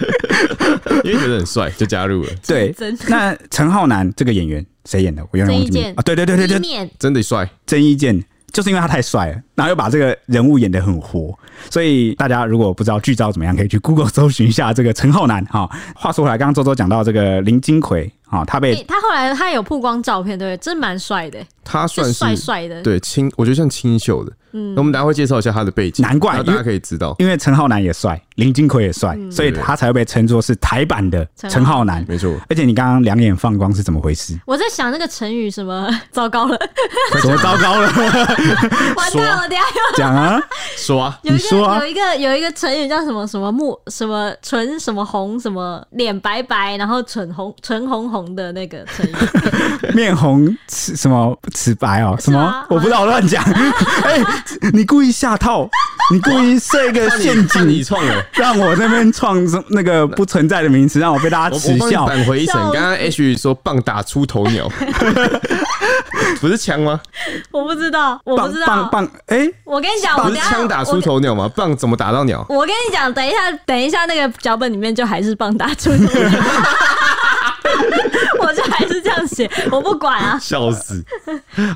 [SPEAKER 3] 因为觉得很帅就加 入了，
[SPEAKER 1] 对
[SPEAKER 2] 真的，
[SPEAKER 1] 那陈浩南这个演员谁演的？我有点忘记名
[SPEAKER 2] 郑伊健
[SPEAKER 1] 啊。对对对对对
[SPEAKER 2] 一，面
[SPEAKER 3] 真的帅。
[SPEAKER 1] 郑伊健，就是因为他太帅了，然后又把这个人物演得很活，所以大家如果不知道剧照怎么样，可以去 Google 搜寻一下这个陈浩南哈、话说回来，刚刚周周讲到这个林金奎啊、他被、
[SPEAKER 2] 诶他后来他有曝光照片，对不对？真蛮帅的，
[SPEAKER 3] 他
[SPEAKER 2] 就
[SPEAKER 3] 算是
[SPEAKER 2] 帅帅的，
[SPEAKER 3] 对清，我觉得像清秀的。
[SPEAKER 2] 嗯
[SPEAKER 3] 那我们大家会介绍一下他的背景，
[SPEAKER 1] 难怪
[SPEAKER 3] 然后大家可以知道，
[SPEAKER 1] 因为陈浩南也帅，林金奎也帅，
[SPEAKER 2] 嗯
[SPEAKER 1] 所以他才会被称作是台版的陈浩南。
[SPEAKER 3] 没错，
[SPEAKER 1] 而且你刚刚两眼放光是怎么回 事？
[SPEAKER 2] 我在想那个成语什么， 糟糕 了，
[SPEAKER 1] 怎么糟糕了？
[SPEAKER 2] 完蛋了，等一下
[SPEAKER 1] 讲啊，
[SPEAKER 3] 说啊，
[SPEAKER 2] 有有一
[SPEAKER 1] 你说
[SPEAKER 2] 个
[SPEAKER 1] 啊
[SPEAKER 2] 有一个有一个成语叫什么什么木什么唇什么红什么脸白白，然后唇红唇红红的那个 成语，
[SPEAKER 1] 面红齿什么齿白哦？什
[SPEAKER 2] 是吗啊
[SPEAKER 1] 么？我不知道，我乱 讲。哎、你故意下套，你故意设一个陷阱，
[SPEAKER 3] 你创了。
[SPEAKER 1] 让我那边创什那个不存在的名词，让我被大家
[SPEAKER 3] 我
[SPEAKER 1] 耻
[SPEAKER 3] 我帮你
[SPEAKER 1] 笑。
[SPEAKER 3] 返回一层
[SPEAKER 2] 笑，死
[SPEAKER 3] 刚刚 H 说棒打出头 鸟，不是枪吗？
[SPEAKER 2] 我不知道，我不
[SPEAKER 1] 棒
[SPEAKER 2] 知
[SPEAKER 1] 棒
[SPEAKER 2] 道，
[SPEAKER 1] 棒！哎、
[SPEAKER 2] 我跟你讲，我
[SPEAKER 3] 不
[SPEAKER 2] 等
[SPEAKER 3] 是
[SPEAKER 2] 一下
[SPEAKER 3] 枪打出。头鸟吗？棒怎么打到鸟？
[SPEAKER 2] 我我跟你讲，等一下，等一下，那个脚本里面就还是棒打 出头鸟，我就还是这样写，我不管啊。
[SPEAKER 3] 笑死！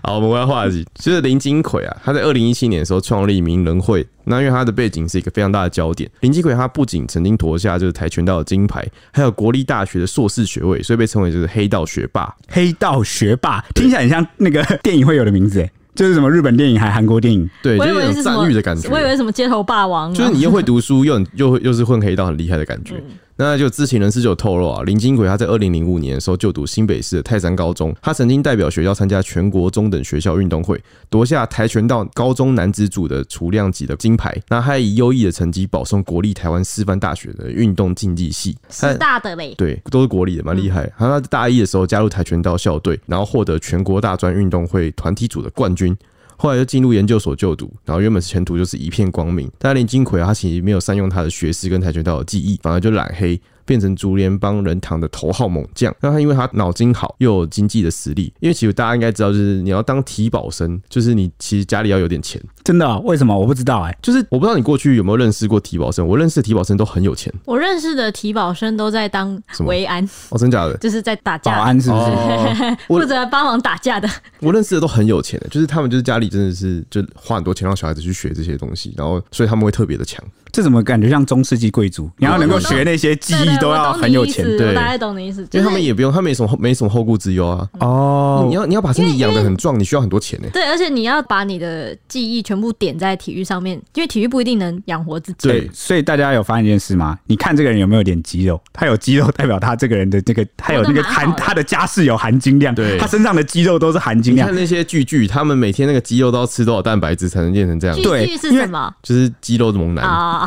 [SPEAKER 3] 好，我们回到话题，就是林金奎啊，他在二零一七年的时候创立名人会。那因为他的背景是一个非常大的焦点，林金奎他不仅曾经夺下就是跆拳道的金牌，还有国立大学的硕士学位，所以被称为就是黑道学霸。
[SPEAKER 1] 黑道学霸听起来很像那个电影会有的名字，哎，就是什么日本电影还韩国电影。
[SPEAKER 3] 对，就
[SPEAKER 2] 我以
[SPEAKER 3] 是
[SPEAKER 2] 为
[SPEAKER 3] 有
[SPEAKER 2] 是
[SPEAKER 3] 种
[SPEAKER 2] 什么
[SPEAKER 3] 赞誉的感觉。
[SPEAKER 2] 我以为什么街头霸王啊，
[SPEAKER 3] 就是你又会读书，又很又会又是混黑道很厉害的感觉。那就知情人士就有透露啊，林金奎他在二零零五年的时候就读新北市的泰山高中，他曾经代表学校参加全国中等学校运动会，夺下跆拳道高中男子组的雏量级的金牌。那他还以优异的成绩保送国立台湾师范大学的运动竞技系。他
[SPEAKER 2] 师大的嘞，
[SPEAKER 3] 对，都是国立的，蛮厉害。他在大一的时候加入跆拳道校队，然后获得全国大专运动会团体组的冠军。后来就进入研究所就读，然后原本前途就是一片光明。但林金奎啊他其实没有善用他的学识跟跆拳道的技艺，反而就染黑，变成竹联帮人堂的头号猛将。那他因为他脑筋好，又有经济的实力，因为其实大家应该知道，就是你要当体保生，就是你其实家里要有点钱。
[SPEAKER 1] 真的哦、为什么我不知道、哎，
[SPEAKER 3] 就是我不知道你过去有没有认识过体保生，我认识的体保生都很有钱
[SPEAKER 2] 我认识的体保生都在当
[SPEAKER 3] 什么
[SPEAKER 2] 维安，
[SPEAKER 3] 哦，真假的？
[SPEAKER 2] 就是在打
[SPEAKER 1] 保
[SPEAKER 2] 架，
[SPEAKER 1] 安是不是？
[SPEAKER 3] 哦我
[SPEAKER 2] 负责帮忙打架的。
[SPEAKER 3] 我认识的都很有钱的，就是他们就是家里真的是就花很多钱让小孩子去学这些东西，然后所以他们会特别的强。
[SPEAKER 1] 这怎么感觉像中世纪贵族？你
[SPEAKER 3] 啊
[SPEAKER 1] 要能够学那些技
[SPEAKER 2] 对
[SPEAKER 1] 艺
[SPEAKER 2] 对，，啊
[SPEAKER 1] 都
[SPEAKER 2] 我
[SPEAKER 1] 要
[SPEAKER 2] 懂你
[SPEAKER 1] 很有
[SPEAKER 2] 意
[SPEAKER 1] 钱
[SPEAKER 2] 思
[SPEAKER 3] 对
[SPEAKER 2] 我大概懂你意思，
[SPEAKER 3] 因
[SPEAKER 2] 就
[SPEAKER 3] 为
[SPEAKER 2] 是
[SPEAKER 3] 他们也不用，他们也什么没什么后顾之忧啊。
[SPEAKER 1] 哦
[SPEAKER 3] 你。要你要把身体养得很壮，你需要很多钱呢、
[SPEAKER 2] 对，而且你要把你的记忆全部点在体育上面，因为体育不一定能养活自己。
[SPEAKER 3] 对
[SPEAKER 1] 哎，所以大家有发现一件事吗？你看这个人有没有点肌肉？他有肌肉，代表他这个人的这个，他有那个
[SPEAKER 2] 活得蛮好
[SPEAKER 1] 含
[SPEAKER 2] 的
[SPEAKER 1] 他的家世有含金量，
[SPEAKER 3] 对
[SPEAKER 1] 他身上的肌肉都是含金
[SPEAKER 3] 你
[SPEAKER 1] 量
[SPEAKER 3] 看。那些巨巨，他们每天那个肌肉都要吃多少蛋白质才能变成这样
[SPEAKER 2] 剧？
[SPEAKER 1] 对
[SPEAKER 2] 剧是
[SPEAKER 1] 因为
[SPEAKER 2] 什么
[SPEAKER 3] 就是肌肉的猛男。
[SPEAKER 2] 啊？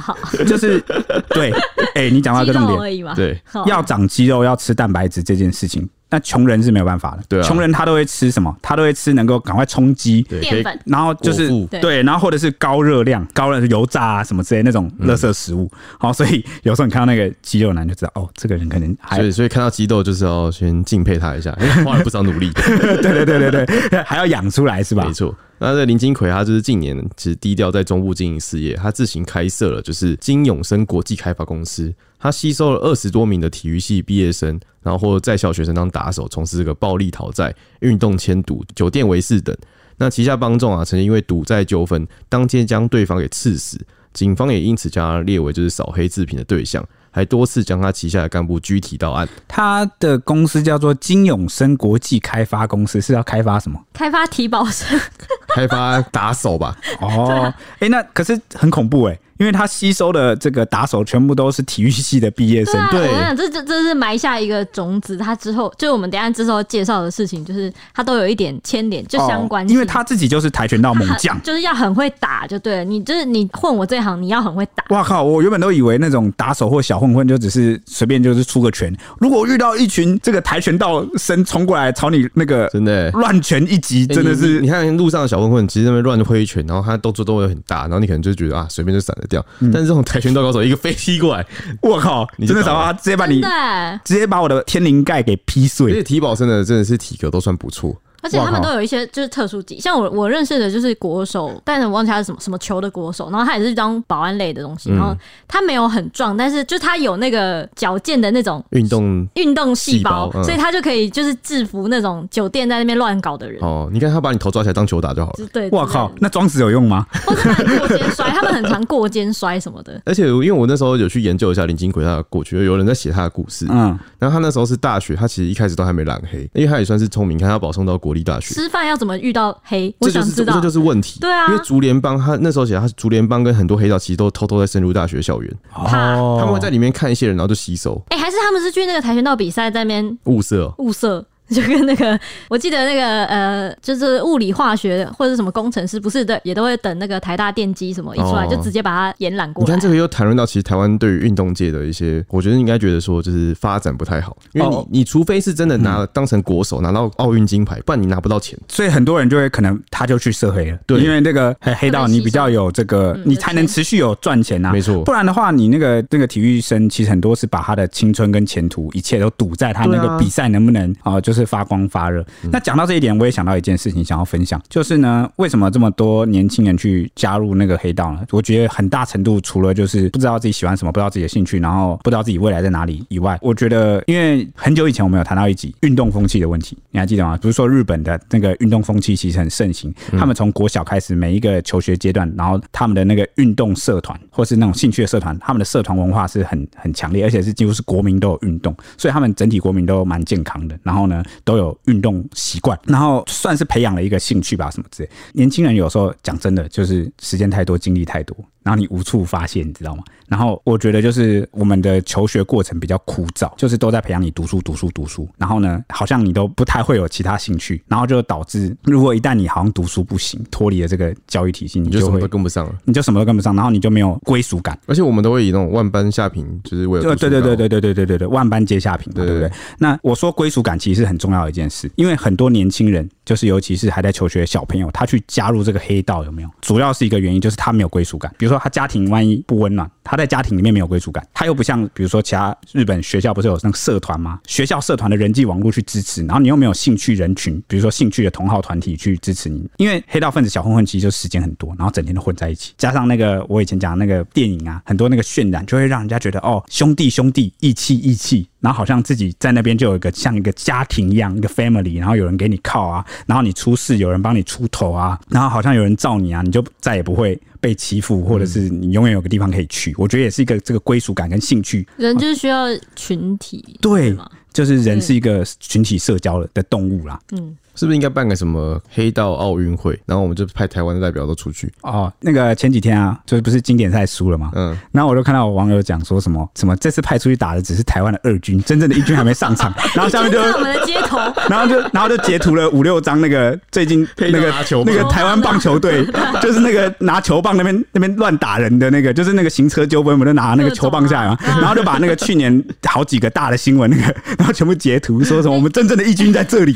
[SPEAKER 1] 就是对，哎、你讲到一
[SPEAKER 2] 肌
[SPEAKER 1] 个重
[SPEAKER 2] 肉
[SPEAKER 1] 点，
[SPEAKER 2] 而已嘛。
[SPEAKER 3] 对，
[SPEAKER 2] 好，
[SPEAKER 1] 要长肌肉要吃蛋白质这件事情，那穷人是没有办法的。
[SPEAKER 3] 对啊
[SPEAKER 1] 穷人他都会吃什么？他都会吃能够赶快充饥。
[SPEAKER 3] 对，可
[SPEAKER 2] 淀
[SPEAKER 3] 以
[SPEAKER 2] 粉。
[SPEAKER 1] 然后就是
[SPEAKER 3] 果腹
[SPEAKER 2] 对
[SPEAKER 1] 对，然后或者是高热量、高热油炸啊什么之类那种
[SPEAKER 3] 嗯
[SPEAKER 1] 垃圾食物，好、所以有时候你看到那个肌肉男就知道，哦，这个人可能还
[SPEAKER 3] 所以所以看到肌肉就是要先敬佩他一下，因为花了不少努力。
[SPEAKER 1] 对对对对对， 还要养出来是吧
[SPEAKER 3] 没？错。那这林金奎他就是近年其实低调在中部经营事业，他自行开设了就是金永生国际开发公司，他吸收了二十多名的体育系毕业生，然后或在校学生当打手，从事这个暴力讨债、运动牵赌、酒店维士等。那旗下帮众啊，曾经因为赌债纠纷，当街将对方给刺死，警方也因此将他列为就是扫黑制品的对象，还多次将他旗下的干部拘提到案。
[SPEAKER 1] 他的公司叫做金永生国际开发公司，是要开发什么？
[SPEAKER 2] 开发体保生，
[SPEAKER 3] 开发打手吧，
[SPEAKER 1] 哦，哎、那可是很恐怖哎、因为他吸收的这个打手全部都是体育系的毕业生，
[SPEAKER 2] 啊，我
[SPEAKER 3] 对
[SPEAKER 2] 跟你讲，这这这是埋下一个种子，它之后就我们等一下之后介绍的事情，就是它都有一点牵连，就相关
[SPEAKER 1] 哦
[SPEAKER 2] 性、
[SPEAKER 1] 因为他自己就是跆拳道猛将
[SPEAKER 2] 很。就是要很会打，就对了。你就是你混我这行，你要很会打。
[SPEAKER 1] 哇靠！我原本都以为那种打手或小混混就只是随便就是出个拳，如果遇到一群这个跆拳道生冲过来朝你那个
[SPEAKER 3] 真的欸、
[SPEAKER 1] 乱拳一击，
[SPEAKER 3] 欸
[SPEAKER 1] 真的
[SPEAKER 3] 你你
[SPEAKER 1] 是
[SPEAKER 3] 你看路上的小混混，其实那边乱挥拳，然后他动作都会很大，然后你可能就觉得啊，随便就闪得掉。
[SPEAKER 2] 嗯
[SPEAKER 3] 但是这种跆拳道高手一个飞踢过来，
[SPEAKER 1] 我靠！
[SPEAKER 3] 你就
[SPEAKER 1] 真的
[SPEAKER 3] 倒
[SPEAKER 1] 找
[SPEAKER 3] 了
[SPEAKER 1] 他直接把
[SPEAKER 2] 真
[SPEAKER 1] 你
[SPEAKER 2] 的欸，
[SPEAKER 1] 直接把我的天灵盖给劈
[SPEAKER 3] 而
[SPEAKER 1] 碎
[SPEAKER 3] 且。体保生的真的是体格都算不错，
[SPEAKER 2] 而且
[SPEAKER 1] 哇
[SPEAKER 2] 他们
[SPEAKER 1] 靠
[SPEAKER 2] 都有一些就是特殊技，像我我认识的就是国手，但是我忘记他是什么什么球的国手，然后他也是当保安类的东西，然后他没有很壮，但是就他有那个矫健的那种
[SPEAKER 3] 运动
[SPEAKER 2] 运动细胞，
[SPEAKER 3] 细胞嗯
[SPEAKER 2] 所以他就可以就是制服那种酒店在那边乱搞的人。
[SPEAKER 3] 哦，你看他把你头抓起来当球打就好了。
[SPEAKER 2] 之对，
[SPEAKER 1] 我
[SPEAKER 2] 之类的
[SPEAKER 1] 靠！那装死有用吗？
[SPEAKER 2] 或是他们过肩摔，他们很常过肩摔什么的。
[SPEAKER 3] 而且因为我那时候有去研究一下林金奎他的过去，有人在写他的故事。
[SPEAKER 1] 嗯，
[SPEAKER 3] 然后他那时候是大学，他其实一开始都还没染黑，因为他也算是聪明，看他保送到国立大学。
[SPEAKER 2] 吃饭要怎么遇到黑？我
[SPEAKER 3] 这就
[SPEAKER 2] 想
[SPEAKER 3] 是
[SPEAKER 2] 知
[SPEAKER 3] 这
[SPEAKER 2] 道
[SPEAKER 3] 就。是问题，
[SPEAKER 2] 对啊
[SPEAKER 3] 因为竹联帮他那时候写他竹联帮跟很多黑道其实都偷偷在深入大学校园，
[SPEAKER 2] 怕
[SPEAKER 3] 他
[SPEAKER 1] 哦
[SPEAKER 3] 们会在里面看一些人，然后就吸收
[SPEAKER 2] 哎、还是他们是去那个跆拳道比赛在那边
[SPEAKER 3] 物色哦，
[SPEAKER 2] 物色。就跟那个，我记得那个呃，就是物理化学或者什么工程师，不是的，也都会等那个台大电机什么一出来，
[SPEAKER 3] 哦
[SPEAKER 2] 就直接把它延揽过
[SPEAKER 3] 你
[SPEAKER 2] 来。
[SPEAKER 3] 看这个又谈论到，其实台湾对于运动界的一些，我觉得你应该觉得说就是发展不太好，因为你、
[SPEAKER 1] 哦嗯
[SPEAKER 3] 你除非是真的拿当成国手拿到奥运金牌，不然你拿不到钱。
[SPEAKER 1] 所以很多人就会可能他就去涉黑了，
[SPEAKER 3] 对
[SPEAKER 1] 因为那个黑黑道你比较有这个，
[SPEAKER 2] 嗯
[SPEAKER 1] 你才能持续有赚钱啊，
[SPEAKER 3] 没错
[SPEAKER 1] 不然的话，你那个那个体育生其实很多是把他的青春跟前途一切都赌在他那
[SPEAKER 3] 对啊嗯
[SPEAKER 1] 个比赛能不能啊、呃就是发光发热。那讲到这一点，我也想到一件事情想要分享，就是呢，为什么这么多年轻人去加入那个黑道呢？我觉得很大程度除了就是不知道自己喜欢什么，不知道自己的兴趣，然后不知道自己未来在哪里以外，我觉得因为很久以前我们有谈到一集运动风气的问题，你还记得吗？不是说日本的那个运动风气其实很盛行，他们从国小开始每一个求学阶段，然后他们的那个运动社团或是那种兴趣的社团，他们的社团文化是很很强烈，而且是几乎是国民都有运动，所以他们整体国民都蛮健康的。然后呢，都有运动习惯，然后算是培养了一个兴趣吧，什么之类。年轻人有时候讲真的，就是时间太多，精力太多，然后你无处发泄，你知道吗？然后我觉得就是我们的求学过程比较枯燥，就是都在培养你读书、读书、读书，然后呢，好像你都不太会有其他兴趣，然后就导致如果一旦你好像读书不行，脱离了这个教育体系，你
[SPEAKER 3] 你就
[SPEAKER 1] 就
[SPEAKER 3] 什么
[SPEAKER 1] 会
[SPEAKER 3] 都跟不上了。
[SPEAKER 1] 你就什么都跟不上，然后你就没有归属感。
[SPEAKER 3] 而且我们都会以那种万般下品，就是为了
[SPEAKER 1] 对
[SPEAKER 3] 读
[SPEAKER 1] 对
[SPEAKER 3] 书
[SPEAKER 1] 对
[SPEAKER 3] 高
[SPEAKER 1] 对对对对对对对，万般皆下品嘛，
[SPEAKER 3] 对
[SPEAKER 1] 对不对？那我说归属感其实是很重要的一件事，因为很多年轻人，就是尤其是还在求学的小朋友，他去加入这个黑道，有没有？主要是一个原因就是他没有归属感。比如说他家庭万一不温暖，他在家庭里面没有归属感，他又不像比如说其他日本学校不是有那个社团吗？学校社团的人际网络去支持，然后你又没有兴趣人群，比如说兴趣的同好团体去支持你，因为黑道分子小混混其实就时间很多，然后整天都混在一起，加上那个我以前讲的那个电影啊，很多那个渲染就会让人家觉得哦，兄弟兄弟，义气义气，然后好像自己在那边就有一个像一个家庭一样，一个 family，然后有人给你靠啊，然后你出事有人帮你出头啊，然后好像有人罩你啊，你就再也不会被欺负，或者是你永远有个地方可以去。我觉得也是一个这个归属感跟兴趣
[SPEAKER 2] 人就是需要群体，
[SPEAKER 1] 对
[SPEAKER 2] 是吗
[SPEAKER 1] 就是人是一个群体社交的的动物啦。
[SPEAKER 2] 嗯
[SPEAKER 3] 是不是应该办个什么黑道奥运会？然后我们就派台湾的代表都出去，
[SPEAKER 1] 哦，那个前几天啊，就是不是经典赛输了吗？
[SPEAKER 3] 嗯，
[SPEAKER 1] 然后我就看到有网友讲说什么什么这次派出去打的只是台湾的二军，真正的一军还没上场。然后下面就
[SPEAKER 2] 就，在我们的街 头，
[SPEAKER 1] 然后就，然后就截图了五六张那个最近那
[SPEAKER 3] 黑
[SPEAKER 1] 个
[SPEAKER 3] 道拿球棒
[SPEAKER 1] 那个台湾棒球 队，就是那个拿球棒那边那边乱打人的那个，就是那个行车纠纷，我们就拿那个球棒下来 嘛，
[SPEAKER 2] 各
[SPEAKER 3] 嗯
[SPEAKER 2] 种啊
[SPEAKER 1] 然后就把那个去年好几个大的新闻那个，然后全部截图说什么我们真正的义军在这 里。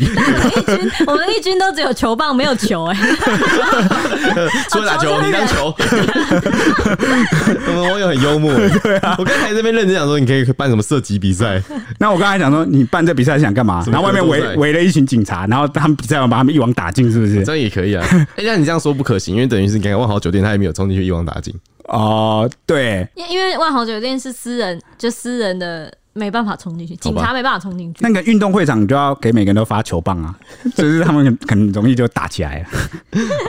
[SPEAKER 2] 我们一军都只有球棒，没有球哎、
[SPEAKER 3] 出来打
[SPEAKER 2] 球
[SPEAKER 1] 啊
[SPEAKER 3] 球，你 当球。 我们网友很幽默，对啊，我刚才这边认真想说，你可以办什么射击比赛，
[SPEAKER 1] 那我刚才讲说你办这比赛想干嘛？
[SPEAKER 3] 什么
[SPEAKER 1] 然后外面
[SPEAKER 3] 格斗
[SPEAKER 1] 围
[SPEAKER 3] 赛
[SPEAKER 1] 围了一群警察，然后他们比赛完把他们一网打尽，是不是
[SPEAKER 3] 这？样也可以 啊。哎，那你这样说不可行，因为等于是你看万豪酒店，他也没有冲进去一网打 尽，
[SPEAKER 1] 哦，对，
[SPEAKER 2] 因因为万豪酒店是私人，就私人的没办法冲进去，
[SPEAKER 3] 好
[SPEAKER 2] 警
[SPEAKER 3] 吧
[SPEAKER 2] 察没办法冲进去。
[SPEAKER 1] 那个运动会场你就要给每个人都发球棒啊， 就是他们很很容易就打起来了。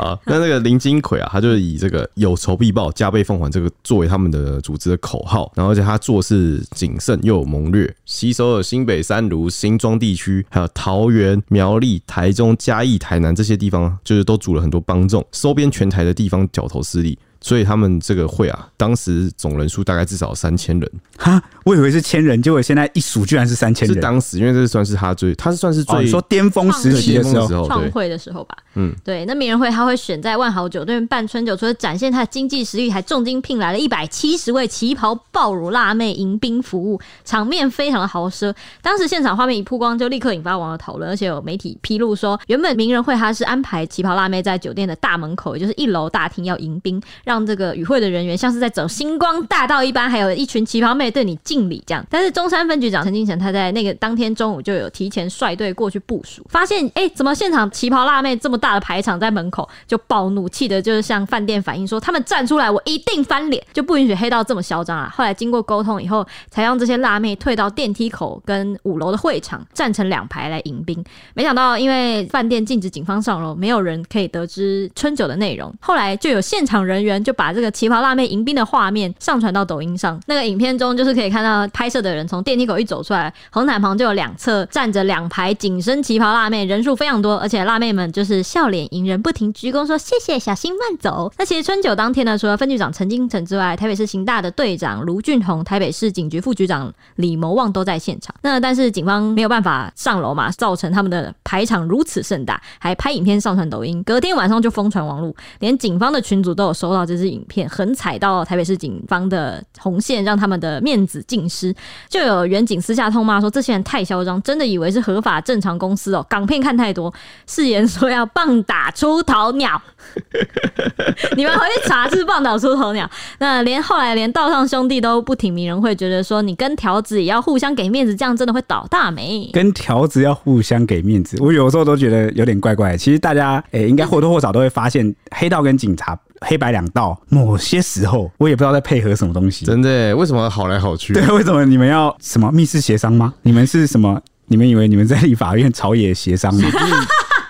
[SPEAKER 3] 啊，那那个林金奎啊，他就是以这个有仇必报、加倍奉还这个作为他们的组织的口号，然后而且他做事谨慎又有谋略，吸收了新北三卢、新庄地区，还有桃园、苗栗、台中、嘉义、台南这些地方，就是都组了很多帮众，收编全台的地方角头势力。所以他们这个会啊，当时总人数大概至少三千人，
[SPEAKER 1] 哈，我以为是千人，结果现在一数居然是三千
[SPEAKER 3] 是
[SPEAKER 1] 人。
[SPEAKER 3] 当时，因为这算是他最，他是算是
[SPEAKER 1] 哦，
[SPEAKER 3] 最
[SPEAKER 1] 你说巅峰时
[SPEAKER 3] 最
[SPEAKER 1] 期的
[SPEAKER 3] 巅峰
[SPEAKER 1] 时
[SPEAKER 3] 的
[SPEAKER 1] 候
[SPEAKER 3] 时，候，
[SPEAKER 2] 哦创
[SPEAKER 3] 对，
[SPEAKER 2] 会的时候吧，
[SPEAKER 3] 嗯
[SPEAKER 2] 嗯，对，那名人会他会选在万豪酒店办春酒，除了展现他的经济实力，还重金聘来了一百七十位旗袍爆乳辣妹迎宾服务，场面非常的豪奢。当时现场画面一曝光，就立刻引发网友讨论，而且有媒体披露说，原本名人会他是安排旗袍辣妹在酒店的大门口，也就是一楼大厅要迎宾，让这个与会的人员像是在走星光大道一般，还有一群旗袍妹对你敬礼这样。但是中山分局长陈金城他在那个当天中午就有提前率队过去部署，发现哎、诶怎么现场旗袍辣妹这么大的排场在门口，就暴怒，气得就是向饭店反映说，他们站出来我一定翻脸，就不允许黑道这么嚣张啊。后来经过沟通以后，才让这些辣妹退到电梯口跟五楼的会场站成两排来迎宾。没想到，因为饭店禁止警方上楼，没有人可以得知春酒的内容。后来就有现场人员就把这个旗袍辣妹迎宾的画面上传到抖音上。那个影片中就是可以看到拍摄的人从电梯口一走出来，红毯旁就有两侧站着两排紧身旗袍辣妹，人数非常多，而且辣妹们就是笑脸迎人，不停鞠躬说谢谢，小心慢走。那其实春酒当天呢，除了分局长陈金城之外，台北市刑大的队长卢俊宏、台北市警局副局长李谋旺都在现场。那但是警方没有办法上楼嘛，造成他们的排场如此盛大，还拍影片上传抖音，隔天晚上就疯传网络，连警方的群组都有收到这支影片，狠踩到台北市警方的红线，让他们的面子尽失。就有远警私下痛骂说，这些人太嚣张，真的以为是合法正常公司哦，港片看太多，誓言说要棒打出头鸟。 你们回去查是棒打出头鸟。那连后来连道上兄弟都不挺名人会，觉得说你跟条子也要互相给面子，这样真的会倒大霉。
[SPEAKER 1] 跟条子要互相给面子，我有时候都觉得有点怪怪的。其实大家诶、应该或多或少都会发现，黑道跟警察、黑白两道，某些时候我也不知道在配合什么东西。
[SPEAKER 3] 真的耶为什么好来好去？
[SPEAKER 1] 对，啊为什么你们要什么密室协商吗？你们是什么？你们以为你们在立法院朝野协商吗？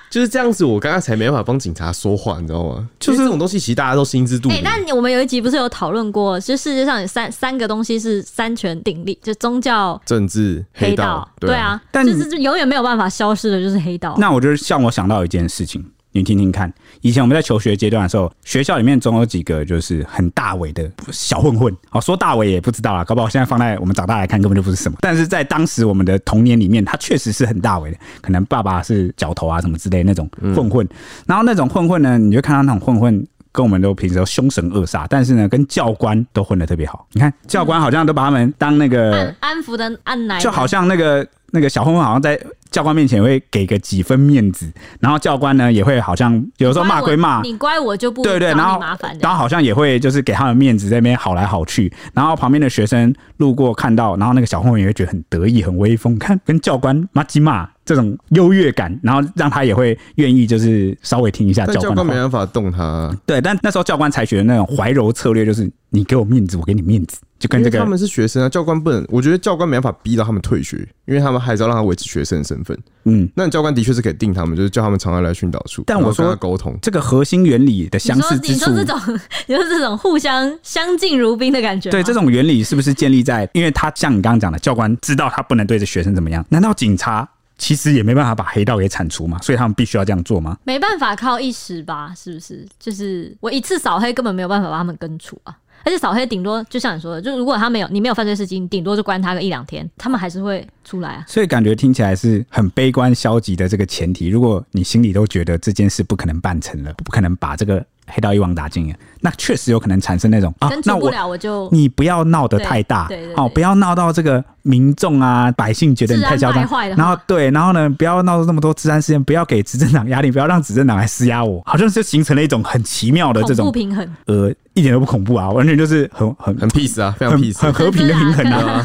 [SPEAKER 3] 就是这样子，我刚刚才没办法帮警察说话，你知道吗？就是这种东西，其实大家都心知肚
[SPEAKER 2] 哎、
[SPEAKER 3] 明。
[SPEAKER 2] 那我们有一集不是有讨论过，就世界上有三三个东西是三权鼎立，就宗教、
[SPEAKER 3] 政治
[SPEAKER 2] 黑
[SPEAKER 3] 道，
[SPEAKER 2] 对，啊，
[SPEAKER 1] 但
[SPEAKER 2] 就是永远没有办法消失的，就是黑道。
[SPEAKER 1] 那我就是像我想到一件事情，你听听看。以前我们在求学阶段的时候，学校里面总有几个就是很大尾的小混混。哦，说大尾也不知道啦，搞不好现在放在我们长大来看根本就不是什么。但是在当时我们的童年里面，他确实是很大尾的，可能爸爸是角头啊什么之类的那种混混。然后那种混混呢，你就看到那种混混。跟我们都平时都凶神恶煞，但是呢，跟教官都混得特别好。你看，教官好像都把他们当那个、
[SPEAKER 2] 安安抚的按奶
[SPEAKER 1] 呃就好像那个那个小混混好像在教官面前会给个几分面子，然后教官呢也会好像有时候骂归骂，
[SPEAKER 2] 你乖我就不
[SPEAKER 1] 对对，
[SPEAKER 2] 找
[SPEAKER 1] 然
[SPEAKER 2] 你
[SPEAKER 1] 后
[SPEAKER 2] 麻烦
[SPEAKER 1] 然
[SPEAKER 2] 的。
[SPEAKER 1] 后好像也会就是给他们面子，在那边好来好去，然后旁边的学生路过看到，然后那个小混混也会觉得很得意、很威风，看跟教官骂鸡骂这种优越感，然后让他也会愿意就是稍微听一下
[SPEAKER 3] 但
[SPEAKER 1] 教
[SPEAKER 3] 教
[SPEAKER 1] 官的
[SPEAKER 3] 官
[SPEAKER 1] 话
[SPEAKER 3] 没。办法动他啊，
[SPEAKER 1] 对，但那时候教官采取的那种怀柔策略就是你给我面子，我给你面子，就跟这
[SPEAKER 3] 因为
[SPEAKER 1] 个
[SPEAKER 3] 他们是学生啊，教官不能，我觉得教官没办法逼到他们退学，因为他们还是要让他维持学生的身份。
[SPEAKER 1] 嗯。
[SPEAKER 3] 那教官的确是可以定他们，就是叫他们常常来训导处，
[SPEAKER 1] 但我
[SPEAKER 3] 然后跟
[SPEAKER 1] 说
[SPEAKER 3] 他沟通。
[SPEAKER 1] 这个核心原理的
[SPEAKER 2] 你
[SPEAKER 1] 相
[SPEAKER 2] 说
[SPEAKER 1] 似
[SPEAKER 2] 你
[SPEAKER 1] 之处，
[SPEAKER 2] 说这种 你说这种互相相敬如宾的感觉吗，
[SPEAKER 1] 对，这种原理是不是建立在，因为他像你刚刚讲的，教官知道他不能对着学生怎么样，难道警察其实也没办法把黑道给铲除吗？所以他们必须要这样做吗？
[SPEAKER 2] 没办法靠一时吧，是不是？就是我一次扫黑根本没有办法把他们根除啊。而且扫黑顶多就像你说的，就如果他没有你没有犯罪事情，你顶多就关他个一两天，他们还是会出来啊。
[SPEAKER 1] 所以感觉听起来是很悲观消极的这个前提。如果你心里都觉得这件事不可能办成了，不可能把这个黑道一网打尽了，那确实有可能产生那种啊
[SPEAKER 2] 根，除
[SPEAKER 1] 那
[SPEAKER 2] 不
[SPEAKER 1] 我
[SPEAKER 2] 了我就
[SPEAKER 1] 你不要闹得太大，
[SPEAKER 2] 对对对
[SPEAKER 1] 哦，
[SPEAKER 2] 对
[SPEAKER 1] 不要闹到这个民众啊、百姓觉得你太嚣
[SPEAKER 2] 治
[SPEAKER 1] 张
[SPEAKER 2] 安败坏，的话
[SPEAKER 1] 然后对，然后呢，不要闹出那么多治安事件，不要给执政党压力，不要让执政党来施压我，好像就形成了一种很奇妙的这
[SPEAKER 2] 恐怖
[SPEAKER 1] 种
[SPEAKER 2] 平衡，
[SPEAKER 1] 呃，一点都不恐怖啊，完全就是很很
[SPEAKER 3] 很 peace 啊，非常
[SPEAKER 1] 很
[SPEAKER 3] peace，
[SPEAKER 1] 很和平的平衡
[SPEAKER 2] 真的
[SPEAKER 1] 啊。
[SPEAKER 3] 啊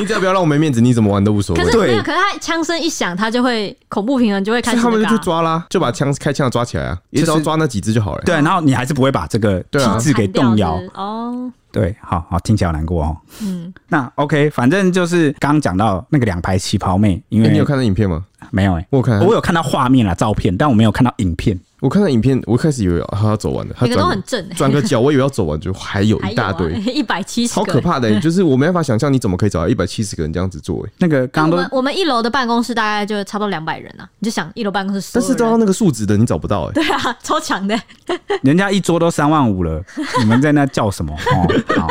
[SPEAKER 3] 你只要不要让我没面子，你怎么玩都无所谓
[SPEAKER 2] 可。是
[SPEAKER 1] 对
[SPEAKER 2] 没有，可是他枪声一响，他就会恐怖平衡就会开
[SPEAKER 3] 所以
[SPEAKER 2] 始、
[SPEAKER 3] 他们就去
[SPEAKER 2] 啊。
[SPEAKER 3] 抓啦，就把枪开枪的抓起来啊，也只要抓那几只就好了。
[SPEAKER 1] 对，然后你还是不会把这个
[SPEAKER 3] 对啊
[SPEAKER 1] 体制给动摇
[SPEAKER 2] 砍掉，是哦，
[SPEAKER 1] 对，好好听起来好难过哦。
[SPEAKER 2] 嗯，
[SPEAKER 1] 那 OK，反正就是刚刚讲到那个两排旗袍妹，因
[SPEAKER 3] 欸
[SPEAKER 1] 为
[SPEAKER 3] 你有看那影片吗？
[SPEAKER 1] 没有哎、
[SPEAKER 3] 我有看，啊
[SPEAKER 1] 我有看到画面啦，啊照片，但我没有看到影片。
[SPEAKER 3] 我看到影片，我一开始以为他要走完了，他
[SPEAKER 2] 每个都很
[SPEAKER 3] 转
[SPEAKER 2] 正、欸，啊
[SPEAKER 3] 转个角，我以为要走完，就还有一大堆，
[SPEAKER 2] 一百七十，
[SPEAKER 3] 超可。怕的、欸，就是我没办法想象你怎么可以找到一百七十个人这样 子做、欸，
[SPEAKER 1] 那个
[SPEAKER 2] 那
[SPEAKER 1] 刚
[SPEAKER 2] 我
[SPEAKER 1] 刚
[SPEAKER 2] 们
[SPEAKER 1] 都
[SPEAKER 2] 我们一楼的办公室大概就差不多两百人啊，你就想一楼办公室所
[SPEAKER 3] 但
[SPEAKER 2] 有人，啊
[SPEAKER 3] 是照到那个数值的你找不到、欸，
[SPEAKER 2] 对啊，超强的，
[SPEAKER 1] 人家一桌都三万五了，你们在那叫什么？哦，好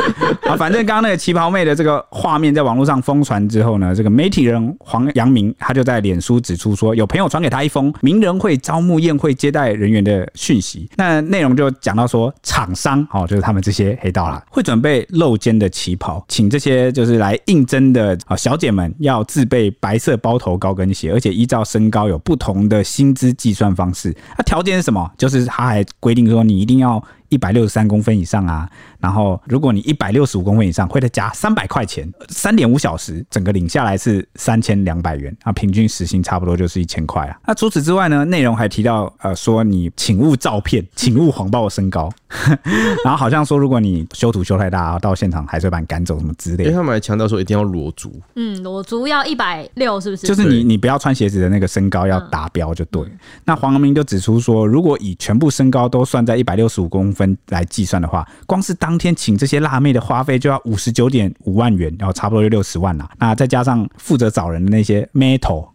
[SPEAKER 1] 啊，反正刚刚那个旗袍妹的这个画面在网络上疯传之后呢，这个媒体人黄阳明他就在脸书指出说，有朋友传给他一封名人会招募宴会接待人员的讯息，那内容就讲到说，厂商哦，就是他们这些黑道啦，会准备露肩的旗袍，请这些就是来应征的啊小姐们要自备白色包头高跟鞋，而且依照身高有不同的薪资计算方式。那、条件是什么？就是他还规定说，你一定要一百六十三公分以上啊，然后如果你一百六十五公分以上，会再加三百块钱，三点五小时，整个领下来是三千两百元啊，平均时薪差不多就是一千块啊。那除此之外呢，内容还提到呃说你请勿照片，请勿谎报身高， 然后好像说如果你修图修太大，啊到现场还是会把你赶走什么之类
[SPEAKER 3] 因为
[SPEAKER 1] 的。
[SPEAKER 3] 他们还强调说一定要裸足，
[SPEAKER 2] 嗯，裸足要一百六是不是？
[SPEAKER 1] 就是你，
[SPEAKER 3] 对
[SPEAKER 1] 你不要穿鞋子的那个身高要达标就对。那黄阳明就指出说，如果以全部身高都算在一百六十五公分来计算的话，光是当天请这些辣妹的花费就要五十九点五万元，然后差不多就六十万啦。那再加上负责找人的那些 metal，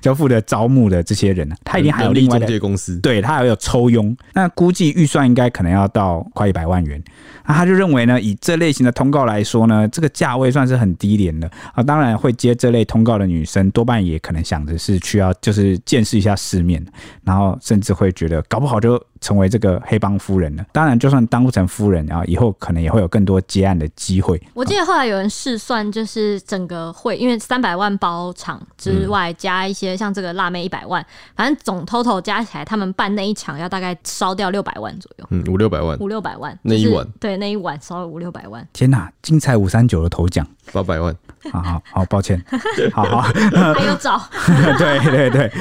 [SPEAKER 1] 就负责招募的这些人呢，啊他一定还有
[SPEAKER 3] 人力
[SPEAKER 1] 另外的
[SPEAKER 3] 中介公司，
[SPEAKER 1] 对他还有抽佣，那估计预算应该可能要到快一百万元。那他就认为呢，以这类型的通告来说呢，这个价位算是很低廉了啊。当然会接这类通告的女生，多半也可能想着是去要就是见识一下世面，然后甚至会觉得搞不好就成为这个黑帮夫人了。当然，就算当不成夫人啊，以后可能也会有更多接案的机会。
[SPEAKER 2] 我记得后来有人试算，就是整个会，因为三百万包场之
[SPEAKER 3] 嗯
[SPEAKER 2] 外，加一些像这个辣妹一百万，反正总 total 加起来，他们办那一场要大概烧掉六百万左右，
[SPEAKER 3] 嗯，五六百万、
[SPEAKER 2] 五六百万。
[SPEAKER 3] 那一
[SPEAKER 2] 就是
[SPEAKER 3] 晚
[SPEAKER 2] 对，那一晚烧了五六百万。
[SPEAKER 1] 天哪，金彩五三九的头奖！
[SPEAKER 3] 八百万，
[SPEAKER 1] 啊，好好抱歉，好好，
[SPEAKER 2] 还有找
[SPEAKER 1] 对对对。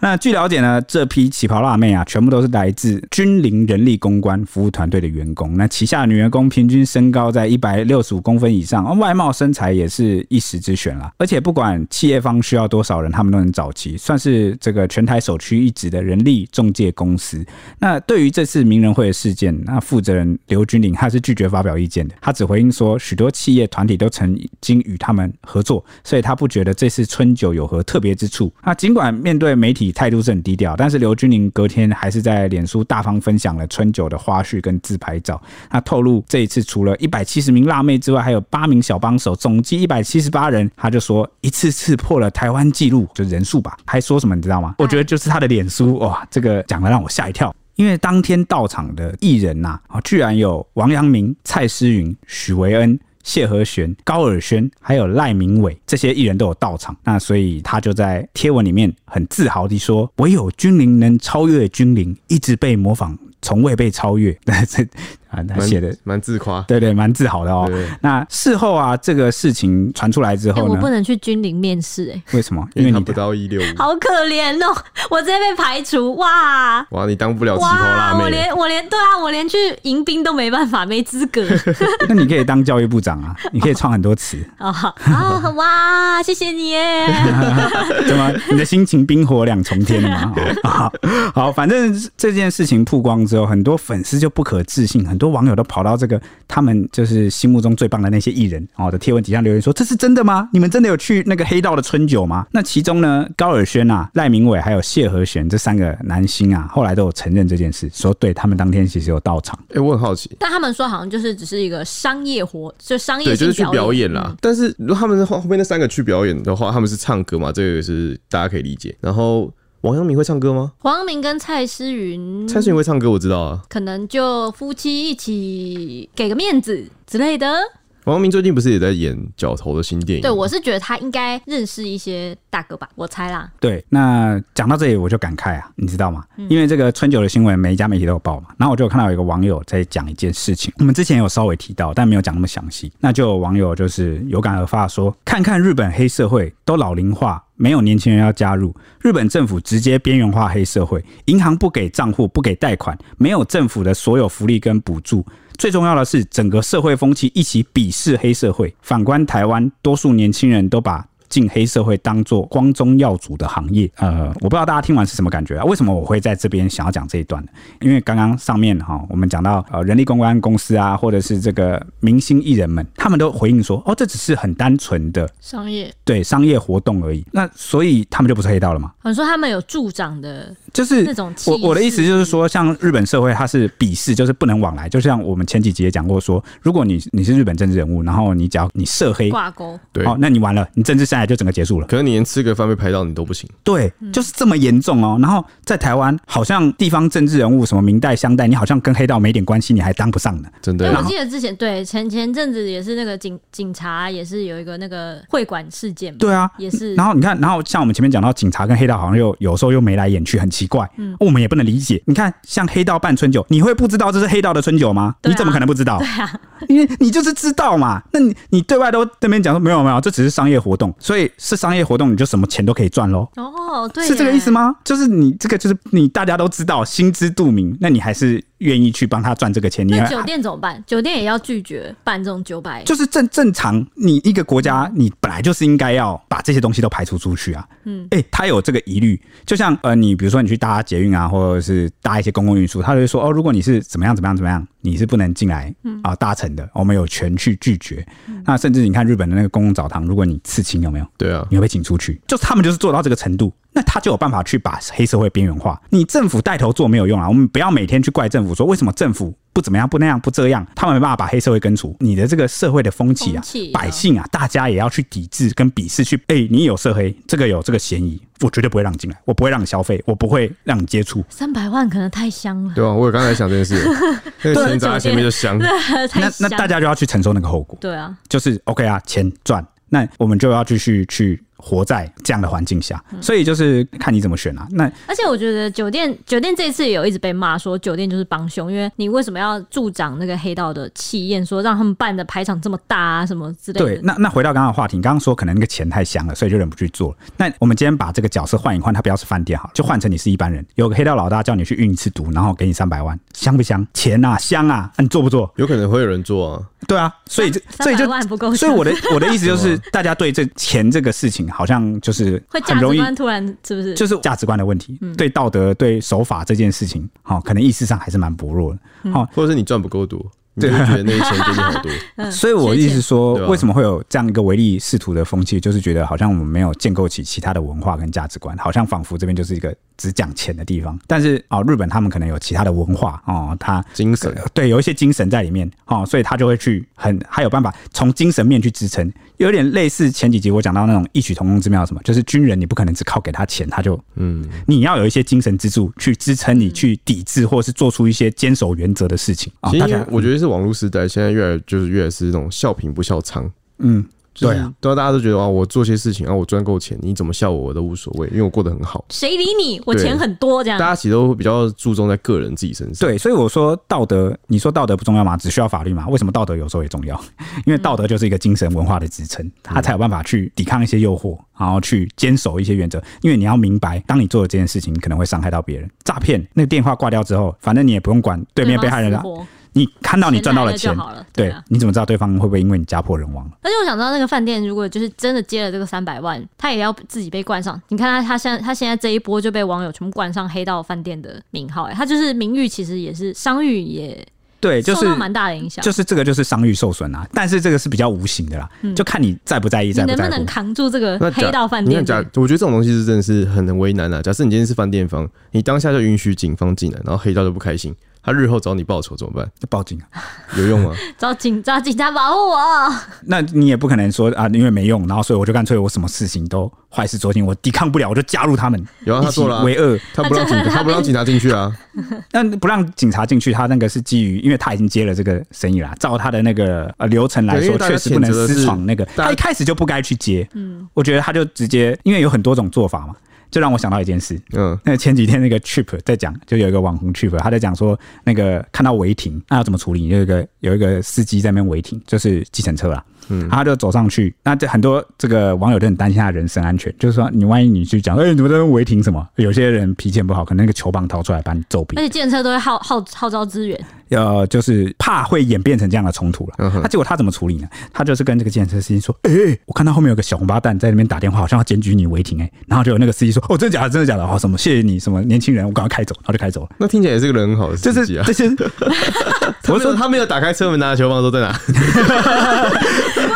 [SPEAKER 1] 那据了解呢，这批旗袍辣妹啊，全部都是来自军龄人力公关服务团队的员工。那旗下的女员工平均身高在一百六十五公分以上，哦外貌身材也是一时之选啦。而且不管企业方需要多少人，他们都能找齐，算是这个全台首屈一指的人力中介公司。那对于这次名人会的事件，那负责人刘君玲他是拒绝发表意见的，他只回应说，许多企业团体都曾经与他们合作，所以他不觉得这次春酒有何特别之处。那尽管面对媒体态度是很低调，但是刘君玲隔天还是在脸书大方分享了春酒的花絮跟自拍照。那透露这一次除了一百七十名辣妹之外，还有八名小帮手，总计一百七十八人。他就说一次次破了台湾纪录，就人数吧。还说什么你知道吗？我觉得就是他的脸书哇，这个讲的让我吓一跳。因为当天到场的艺人呐、啊，居然有王阳明、蔡诗芸、许维恩。谢和弦、高尔宣还有赖明伟这些艺人都有到场，那所以他就在贴文里面很自豪地说：“唯有君临能超越君临，一直被模仿，从未被超越。” 这啊，他写的
[SPEAKER 3] 蛮蛮自夸。
[SPEAKER 1] 对对，蛮自豪的哦。
[SPEAKER 3] 对
[SPEAKER 1] 那事后啊，这个事情传出来之
[SPEAKER 2] 哎，
[SPEAKER 1] 后
[SPEAKER 2] 我
[SPEAKER 1] 呢
[SPEAKER 2] 不，能去军营面试，哎，
[SPEAKER 1] 为什么？因
[SPEAKER 3] 因为
[SPEAKER 1] 为
[SPEAKER 3] 他
[SPEAKER 1] 你
[SPEAKER 3] 不到一六五，
[SPEAKER 2] 好可怜哦，我直接被排除，哇
[SPEAKER 3] 哇，你当不了旗袍辣
[SPEAKER 2] 哇，我
[SPEAKER 3] 妹，
[SPEAKER 2] 连我连对啊，我连去迎宾都没办法，没资格
[SPEAKER 1] 那你可以当教育部长啊，你可以创很多词，
[SPEAKER 2] 哦啊，哇，谢谢你耶，
[SPEAKER 1] 怎么你的心情冰火两重天嘛？好，好，反正这件事情曝光之后，很多粉丝就不可置信，很多网友都跑到这个他们就是心目中最棒的那些艺人哦的贴文底下留言说：“这是真的吗？你们真的有去那个黑道的春酒吗？”那其中呢，高尔宣啊、赖明伟还有谢和弦这三个男星啊，后来都有承认这件事，说对他们当天其实有到场。
[SPEAKER 3] 哎，我很好奇，
[SPEAKER 2] 但他们说好像就是只是一个商业活，就商业
[SPEAKER 3] 对，就
[SPEAKER 2] 性
[SPEAKER 3] 是去表演
[SPEAKER 2] 嗯
[SPEAKER 3] 啦。但是如果他们后后面那三个去表演的话，他们是唱歌嘛，这个是大家可以理解。然后王阳明会唱歌吗？
[SPEAKER 2] 黄明跟蔡诗芸，
[SPEAKER 3] 蔡诗芸会唱歌，我知道啊。
[SPEAKER 2] 可能就夫妻一起给个面子之类的。
[SPEAKER 3] 王阳明最近不是也在演《角头》的新电影？
[SPEAKER 2] 对，我是觉得他应该认识一些大哥吧，我猜啦。
[SPEAKER 1] 对，那讲到这里我就感慨啊，你知道吗？因为这个春酒的新闻，每一家媒体都有报嘛。然后我就有看到有一个网友在讲一件事情，我们之前有稍微提到，但没有讲那么详细。那就有网友就是有感而发地说，看看日本黑社会都老龄化，没有年轻人要加入，日本政府直接边缘化黑社会，银行不给账户，不给贷款，没有政府的所有福利跟补助。最重要的是，整个社会风气一起鄙视黑社会。反观台湾，多数年轻人都把进黑社会当做光宗耀祖的行业。呃，我不知道大家听完是什么感觉啊？为什么我会在这边想要讲这一段呢？因为刚刚上面哈、我们讲到呃人力公关公司啊，或者是这个明星艺人们，他们都回应说，哦，这只是很单纯的
[SPEAKER 2] 商业，
[SPEAKER 1] 对商业活动而已。那所以他们就不是黑道了吗？
[SPEAKER 2] 哦我说他们有助长的，
[SPEAKER 1] 就是
[SPEAKER 2] 那种气
[SPEAKER 1] 我我的意思
[SPEAKER 2] 势
[SPEAKER 1] 就是说，像日本社会它是鄙视，就是不能往来。就像我们前几集也讲过说，如果你你是日本政治人物，然后你只要你涉黑，
[SPEAKER 2] 挂钩。
[SPEAKER 3] 对
[SPEAKER 1] 哦，那你完了，你政治生涯就整个结束了。
[SPEAKER 3] 可能你连吃个饭被拍到你都不行，
[SPEAKER 1] 对，
[SPEAKER 2] 嗯
[SPEAKER 1] 就是这么严重哦。然后在台湾，好像地方政治人物什么明代、湘代，你好像跟黑道没点关系，你还当不上呢。
[SPEAKER 3] 真
[SPEAKER 2] 因为我
[SPEAKER 3] 的。
[SPEAKER 2] 记得之前对前前阵子也是那个警警察也是有一个那个会馆事件嘛，
[SPEAKER 1] 对啊，
[SPEAKER 2] 也是
[SPEAKER 1] 然后你看，然后像我们前面讲到，警察跟黑道好像又有时候又眉来眼去，很奇怪。嗯，我们也不能理解。你看，像黑道办春酒，你会不知道这是黑道的春酒吗？
[SPEAKER 2] 对啊
[SPEAKER 1] 你怎么可能不知道？对啊，因为你就是知道嘛。那你你对外都那边讲说没有没有，这只是商业活动，所以是商业活动，你就什么钱都可以赚喽。
[SPEAKER 2] 哦，对，
[SPEAKER 1] 是这个意思？吗？就是你这个就是你大家都知道，心知肚明，那你还是愿意去帮他赚这个钱，你
[SPEAKER 2] 那
[SPEAKER 1] 还
[SPEAKER 2] 酒店怎么办？酒店也要拒绝办这种九百，
[SPEAKER 1] 就是正正常，你一个国家，你本来就是应该要把这些东西都排除出去啊。嗯，哎、他有这个疑虑，就像呃，你比如说你去搭捷运啊，或者是搭一些公共运输，他就会说哦，如果你是怎么样怎么样怎么样，你是不能进来啊、搭乘的，我们有权去拒绝。那甚至你看日本的那个公共澡堂，如果你刺青有没有？
[SPEAKER 3] 对啊，
[SPEAKER 1] 你会被请出去，就是他们就是做到这个程度，那他就有办法去把黑社会边缘化。你政府带头做没有用啊，我们不要每天去怪政府说为什么政府不怎么样、不那样、不这样，他们没办法把黑社会根除。你的这个社会的风气啊，
[SPEAKER 2] 风气啊
[SPEAKER 1] 百姓啊，大家也要去抵制跟鄙视去，哎、你有涉黑，这个有这个嫌疑，我绝对不会让你进来，我不会让你消费，我不会让你接触。
[SPEAKER 2] 三百万可能太香了，
[SPEAKER 3] 对啊，我有刚才想这 件事，那个钱砸在前面就 香。
[SPEAKER 2] 太
[SPEAKER 1] 嗯那那
[SPEAKER 2] 香。
[SPEAKER 1] 大家就要去承受那个后果。
[SPEAKER 2] 对啊，
[SPEAKER 1] 就是 OK 啊，钱赚，那我们就要继续去活在这样的环境下，
[SPEAKER 2] 嗯
[SPEAKER 1] 所以就是看你怎么选啊。那
[SPEAKER 2] 而且我觉得酒店酒店这一次也有一直被骂说酒店就是帮凶，因为你为什么要助长那个黑道的气焰，说让他们办的排场这么大啊什么之类的。
[SPEAKER 1] 对，那那回到刚刚的话题，你刚刚说可能那个钱太香了，所以就忍不住去做了。那我们今天把这个角色换一换，他不要是饭店好了，就换成你是一般人，有个黑道老大叫你去运一次毒，然后给你三百万，香不香？钱啊，香啊，啊你做不做？
[SPEAKER 3] 有可能会有人做啊，
[SPEAKER 1] 对啊，所以这
[SPEAKER 2] 三
[SPEAKER 1] 所以就
[SPEAKER 2] 300万不够
[SPEAKER 1] 所以我的我的意思就是，大家对这钱这个事情好像就是
[SPEAKER 2] 会
[SPEAKER 1] 很
[SPEAKER 2] 价
[SPEAKER 1] 容
[SPEAKER 2] 值
[SPEAKER 1] 易
[SPEAKER 2] 观突嗯然是不是？
[SPEAKER 1] 就是价值观的问题，对道德、对守法这件事情，好、可能意识上还是蛮薄弱的。
[SPEAKER 2] 嗯
[SPEAKER 1] 好、
[SPEAKER 3] 或者是你赚不够多，你
[SPEAKER 1] 啊
[SPEAKER 3] 就会觉得那一千给你好 多。
[SPEAKER 1] 所以我意思说
[SPEAKER 3] 学，姐
[SPEAKER 1] 为什么会有这样一个唯利是图的风气，就是觉得好像我们没有建构起其他的文化跟价值观，好像仿佛这边就是一个只讲钱的地方。但是哦，日本他们可能有其他的文化哦，他
[SPEAKER 3] 精神
[SPEAKER 1] 对有一些精神在里面哦，所以他就会去很还有办法从精神面去支撑，有点类似前几集我讲到那种异曲同工之妙，什么就是军人你不可能只靠给他钱他就
[SPEAKER 3] 嗯，
[SPEAKER 1] 你要有一些精神支柱去支撑你去抵制或是做出一些坚守原则的事情啊、哦
[SPEAKER 3] 其实
[SPEAKER 1] 大
[SPEAKER 3] 因为
[SPEAKER 1] 家
[SPEAKER 3] 我觉得是网络时代，现在越来就是越来是那种笑贫不笑娼。
[SPEAKER 1] 嗯。
[SPEAKER 3] 就是
[SPEAKER 1] 对啊，
[SPEAKER 3] 对啊，大家都觉得啊，我做些事情啊，我赚够钱，你怎么笑我我都无所谓，因为我过得很好。
[SPEAKER 2] 谁理你？我
[SPEAKER 3] 对
[SPEAKER 2] 钱很多这样
[SPEAKER 3] 大。家其实都比较注重在个人自己身上。
[SPEAKER 1] 对，所以我说道德，你说道德不重要吗？只需要法律吗？为什么道德有时候也重要？ 因为道
[SPEAKER 2] 嗯
[SPEAKER 1] 德就是一个精神文化的支撑，它才有办法去抵抗一些诱惑，然后去坚守一些原则。因为你要明白，当你做了这件事情，你可能会伤害到别人。诈骗那个电话挂掉之后，反正你也不用管对面被害人
[SPEAKER 2] 了
[SPEAKER 1] 了，，你看到你赚到
[SPEAKER 2] 了
[SPEAKER 1] 了钱
[SPEAKER 2] 就，好了。对
[SPEAKER 1] 对
[SPEAKER 2] 啊，。
[SPEAKER 1] 你怎么知道对方会不会因为你家破人亡了？
[SPEAKER 2] 而且我想知道，那个饭店如果就是真的接了这个三百万，他也要自己被冠上。你看他，他现在他现在这一波就被网友全部冠上黑道饭店的名号、欸，他就是名誉其实也是商誉也
[SPEAKER 1] 对，哎就
[SPEAKER 2] 受
[SPEAKER 1] 是
[SPEAKER 2] 到蛮大的影响。
[SPEAKER 1] 就是这个就是商誉受损啊，但是这个是比较无形的啦，就看你在不在意，
[SPEAKER 2] 嗯你
[SPEAKER 1] 在不
[SPEAKER 2] 能
[SPEAKER 1] 在
[SPEAKER 2] 不
[SPEAKER 1] 乎。
[SPEAKER 2] 能扛住这个
[SPEAKER 3] 那假
[SPEAKER 2] 黑道饭
[SPEAKER 3] 你
[SPEAKER 2] 店
[SPEAKER 3] 看
[SPEAKER 2] 的？
[SPEAKER 3] 假，我觉得这种东西是真的是很很为难啊。假设你今天是饭店方，你当下就允许警方进来，然后黑道就不开心，他日后找你报仇怎么办？
[SPEAKER 1] 就报警啊！
[SPEAKER 3] 有用吗？
[SPEAKER 2] 找警找警察保护我。
[SPEAKER 1] 那你也不可能说啊，因为没用，然后所以我就干脆我什么事情都坏事做尽，我抵抗不了，我就加入他们，
[SPEAKER 3] 有啊，
[SPEAKER 1] 一
[SPEAKER 3] 他
[SPEAKER 1] 起
[SPEAKER 3] 做了啊、
[SPEAKER 1] 为恶。
[SPEAKER 3] 他不让警，他不让警察进去啊。
[SPEAKER 1] 那不让警察进去，他那个是基于，因为他已经接了这个生意啦，照他的那个呃流程来
[SPEAKER 3] 对因
[SPEAKER 1] 说，
[SPEAKER 3] 为大家
[SPEAKER 1] 确实不能
[SPEAKER 3] 谴责的是
[SPEAKER 1] 私闯那个，
[SPEAKER 3] 大家
[SPEAKER 1] 他一开始就不该去接。嗯，我觉得他就直接，因为有很多种做法嘛，就让我想到一件事，
[SPEAKER 3] 嗯，
[SPEAKER 1] 那前几天那个 Chip 在讲，就有一个网红 Chip，他在讲说那个看到违停，那要怎么处理？有一个有一个司机在那边违停，就是计程车啦，嗯，然后他就走上去，那这很多这个网友都很担心他的人身安全，就是说你万一你去讲，哎、你们在那边违停什么？有些人脾气很不好，可能那个球棒掏出来把你揍
[SPEAKER 2] 而
[SPEAKER 1] 扁，
[SPEAKER 2] 且建车都会号号号召 资源，
[SPEAKER 1] 呃，就是怕会演变成这样的冲突了。
[SPEAKER 3] 嗯哼
[SPEAKER 1] 那、结果他怎么处理呢？他就是跟这个计程车司机说，哎、我看到后面有个小红八蛋在那边打电话，好像要检举你违停，哎，然后就有那个司机说，哦，真的假的？真的假的？哦，什么谢谢你，什么年轻人，我赶快开走，然后就开走了。
[SPEAKER 3] 那听起来也是个人很好的
[SPEAKER 1] 就
[SPEAKER 3] 司
[SPEAKER 1] 是
[SPEAKER 3] 机啊。
[SPEAKER 1] 这些，
[SPEAKER 3] 我说他没有打开车门，拿球棒都在哪？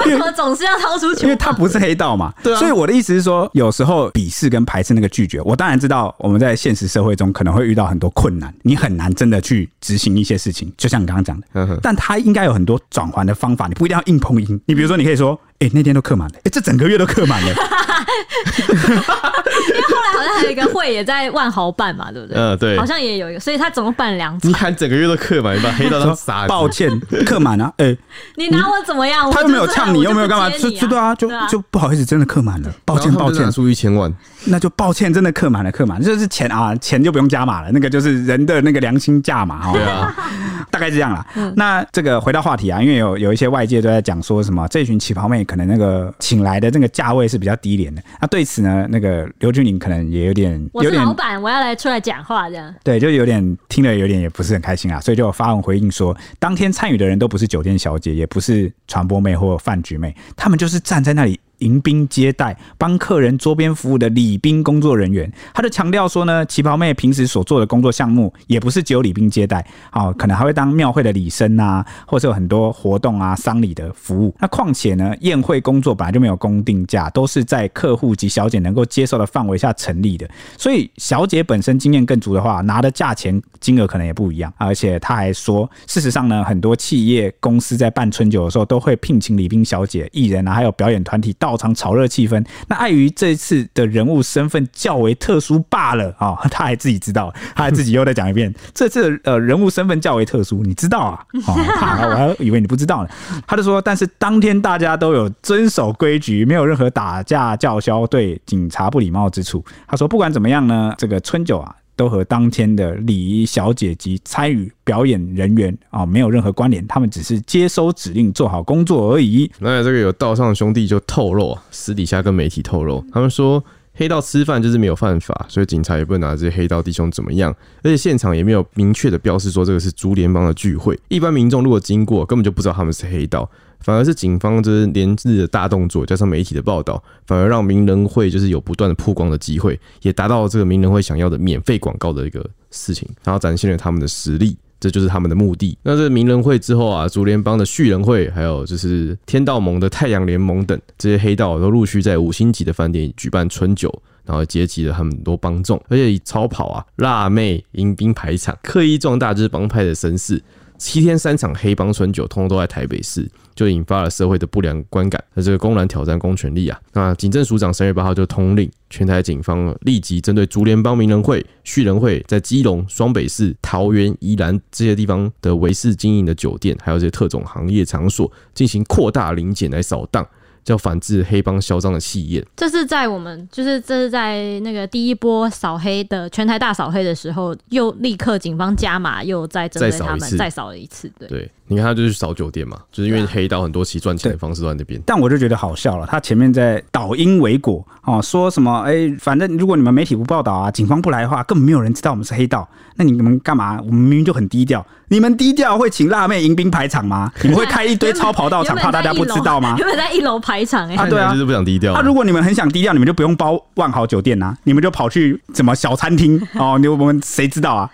[SPEAKER 2] 为什么总是要掏出球
[SPEAKER 1] 因为？他不是黑道嘛，
[SPEAKER 3] 对啊
[SPEAKER 1] 所以我的意思是说，有时候鄙视跟排斥那个拒绝，我当然知道我们在现实社会中可能会遇到很多困难，你很难真的去执行一些事情，就像你刚刚讲的，
[SPEAKER 3] 嗯哼
[SPEAKER 1] 但他应该有很多转换的方法，你不一定要硬碰硬，你比如说，你可以说，哎、那天都客满了，哎、这整个月都客满 了，
[SPEAKER 3] 啊
[SPEAKER 2] 后来好像还有一个会也在万豪办嘛，对不对？
[SPEAKER 1] 呃
[SPEAKER 3] 嗯，对
[SPEAKER 2] 好。像也有一个，所以他总共办了两次
[SPEAKER 3] 你。喊整个月都刻满，你把黑道当傻
[SPEAKER 1] 抱
[SPEAKER 3] 子。
[SPEAKER 1] 歉，客满啊，哎、
[SPEAKER 2] 你拿我怎么样？
[SPEAKER 1] 他
[SPEAKER 2] 哦我
[SPEAKER 1] 又没有呛你，
[SPEAKER 2] 就
[SPEAKER 1] 又
[SPEAKER 2] 是
[SPEAKER 1] 没有干嘛，
[SPEAKER 2] 我就
[SPEAKER 1] 就
[SPEAKER 2] 不接
[SPEAKER 1] 就
[SPEAKER 2] 你
[SPEAKER 1] 对啊，就就不好意思，真的客满了，抱歉
[SPEAKER 3] 然后他
[SPEAKER 1] 抱
[SPEAKER 3] 们就
[SPEAKER 1] 歉
[SPEAKER 3] 拿，出一千万，
[SPEAKER 1] 那就抱歉，真的客满了，客满了，就是钱啊，钱就不用加码了，那个就是人的那个良心价码
[SPEAKER 3] 对
[SPEAKER 1] 哦，
[SPEAKER 3] 啊，
[SPEAKER 1] 大概是这样啦。
[SPEAKER 2] 嗯
[SPEAKER 1] 那这个回到话题啊，因为有有一些外界都在讲说什么这群旗袍妹可能那个请来的那个价位是比较低廉的，那对此呢，那个刘俊霖可能也有点
[SPEAKER 2] 我
[SPEAKER 1] 有
[SPEAKER 2] 是
[SPEAKER 1] 点
[SPEAKER 2] 老板，我要来出来讲话这样。
[SPEAKER 1] 对，就有点听了有点也不是很开心啊，所以就有发文回应说，当天参与的人都不是酒店小姐，也不是传播妹或饭局妹，他们就是站在那里迎宾接待、帮客人桌边服务的礼宾工作人员。他就强调说呢，旗袍妹平时所做的工作项目也不是只有礼宾接待，哦，可能还会当庙会的礼生啊，或是有很多活动啊、丧礼的服务。那况且呢，宴会工作本来就没有公定价，都是在客户及小姐能够接受的范围下成立的。所以小姐本身经验更足的话，拿的价钱金额可能也不一样。而且他还说，事实上呢，很多企业公司在办春酒的时候，都会聘请礼宾小姐、艺人啊，还有表演团体到爆场炒热气氛。那碍于这次的人物身份较为特殊罢了啊、哦，他还自己知道，他还自己又再讲一遍，这次的呃人物身份较为特殊，你知道啊？哦，怕我还以为你不知道呢。他就说，但是当天大家都有遵守规矩，没有任何打架叫嚣、对警察不礼貌之处。他说，不管怎么样呢，这个春酒啊。都和当天的礼仪小姐及参与表演人员啊、没有任何关联，他们只是接收指令做好工作而已。
[SPEAKER 3] 那这个有道上兄弟就透露啊，私底下跟媒体透露，他们说黑道吃饭就是没有犯法，所以警察也不能拿这些黑道弟兄怎么样，而且现场也没有明确的标示说这个是猪联帮的聚会，一般民众如果经过根本就不知道他们是黑道。反而是警方就是连日的大动作，加上媒体的报道，反而让名人会就是有不断的曝光的机会，也达到这个名人会想要的免费广告的一个事情，然后展现了他们的实力。这就是他们的目的。那这名人会之后啊，竹联帮的旭人会，还有就是天道盟的太阳联盟等这些黑道都陆续在五星级的饭店举办春酒，然后结集了很多帮众，而且以超跑啊、辣妹、迎宾排场，刻意壮大这帮派的声势。七天三场黑帮春酒，通通都在台北市，就引发了社会的不良观感。那这个公然挑战公权力啊，那警政署长三月八号就通令全台警方立即针对竹联帮、名人会、旭人会在基隆、双北市、桃园、宜兰这些地方的维氏经营的酒店，还有这些特种行业场所进行扩大临检来扫荡，叫反制黑帮嚣张的气焰。
[SPEAKER 2] 这是在我们就是这是在那个第一波扫黑的全台大扫黑的时候，又立刻警方加码，又再针
[SPEAKER 3] 再
[SPEAKER 2] 对
[SPEAKER 3] 扫
[SPEAKER 2] 他
[SPEAKER 3] 一次
[SPEAKER 2] 们再扫了一次。对，
[SPEAKER 3] 对，你看他就是去扫酒店嘛，就是因为
[SPEAKER 2] 对啊
[SPEAKER 3] 黑道很多其实赚钱的
[SPEAKER 1] 对
[SPEAKER 3] 方式都在那边。
[SPEAKER 1] 但我就觉得好笑了，他前面在倒因为果哦，说什么哎、反正如果你们媒体不报道啊，警方不来的话，根本没有人知道我们是黑道，那你们干嘛？我们明明就很低调，你们低调会请辣妹迎宾排场吗？你们会开一 堆超跑道场，怕大家不知道吗？
[SPEAKER 2] 原本在一楼排场哎、
[SPEAKER 1] 啊对啊
[SPEAKER 3] 看起来就是不想低调啊。
[SPEAKER 1] 啊，如果你们很想低调，你们就不用包万豪酒店呐、啊你们就跑去什么小餐 厅哦，你我们谁知道啊？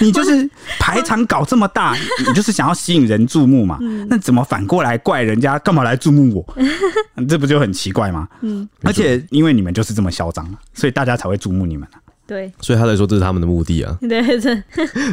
[SPEAKER 1] 你就是排场搞这么大，你就是想要吸引人注目嘛？那怎么反过来怪人家干嘛来注目我？ 这不就很奇怪吗？嗯，而且因为你们就是这么嚣张，啊所以大家才会注目你们啊、
[SPEAKER 2] 对
[SPEAKER 3] 所以他才说这是他们的目的啊。
[SPEAKER 2] 对这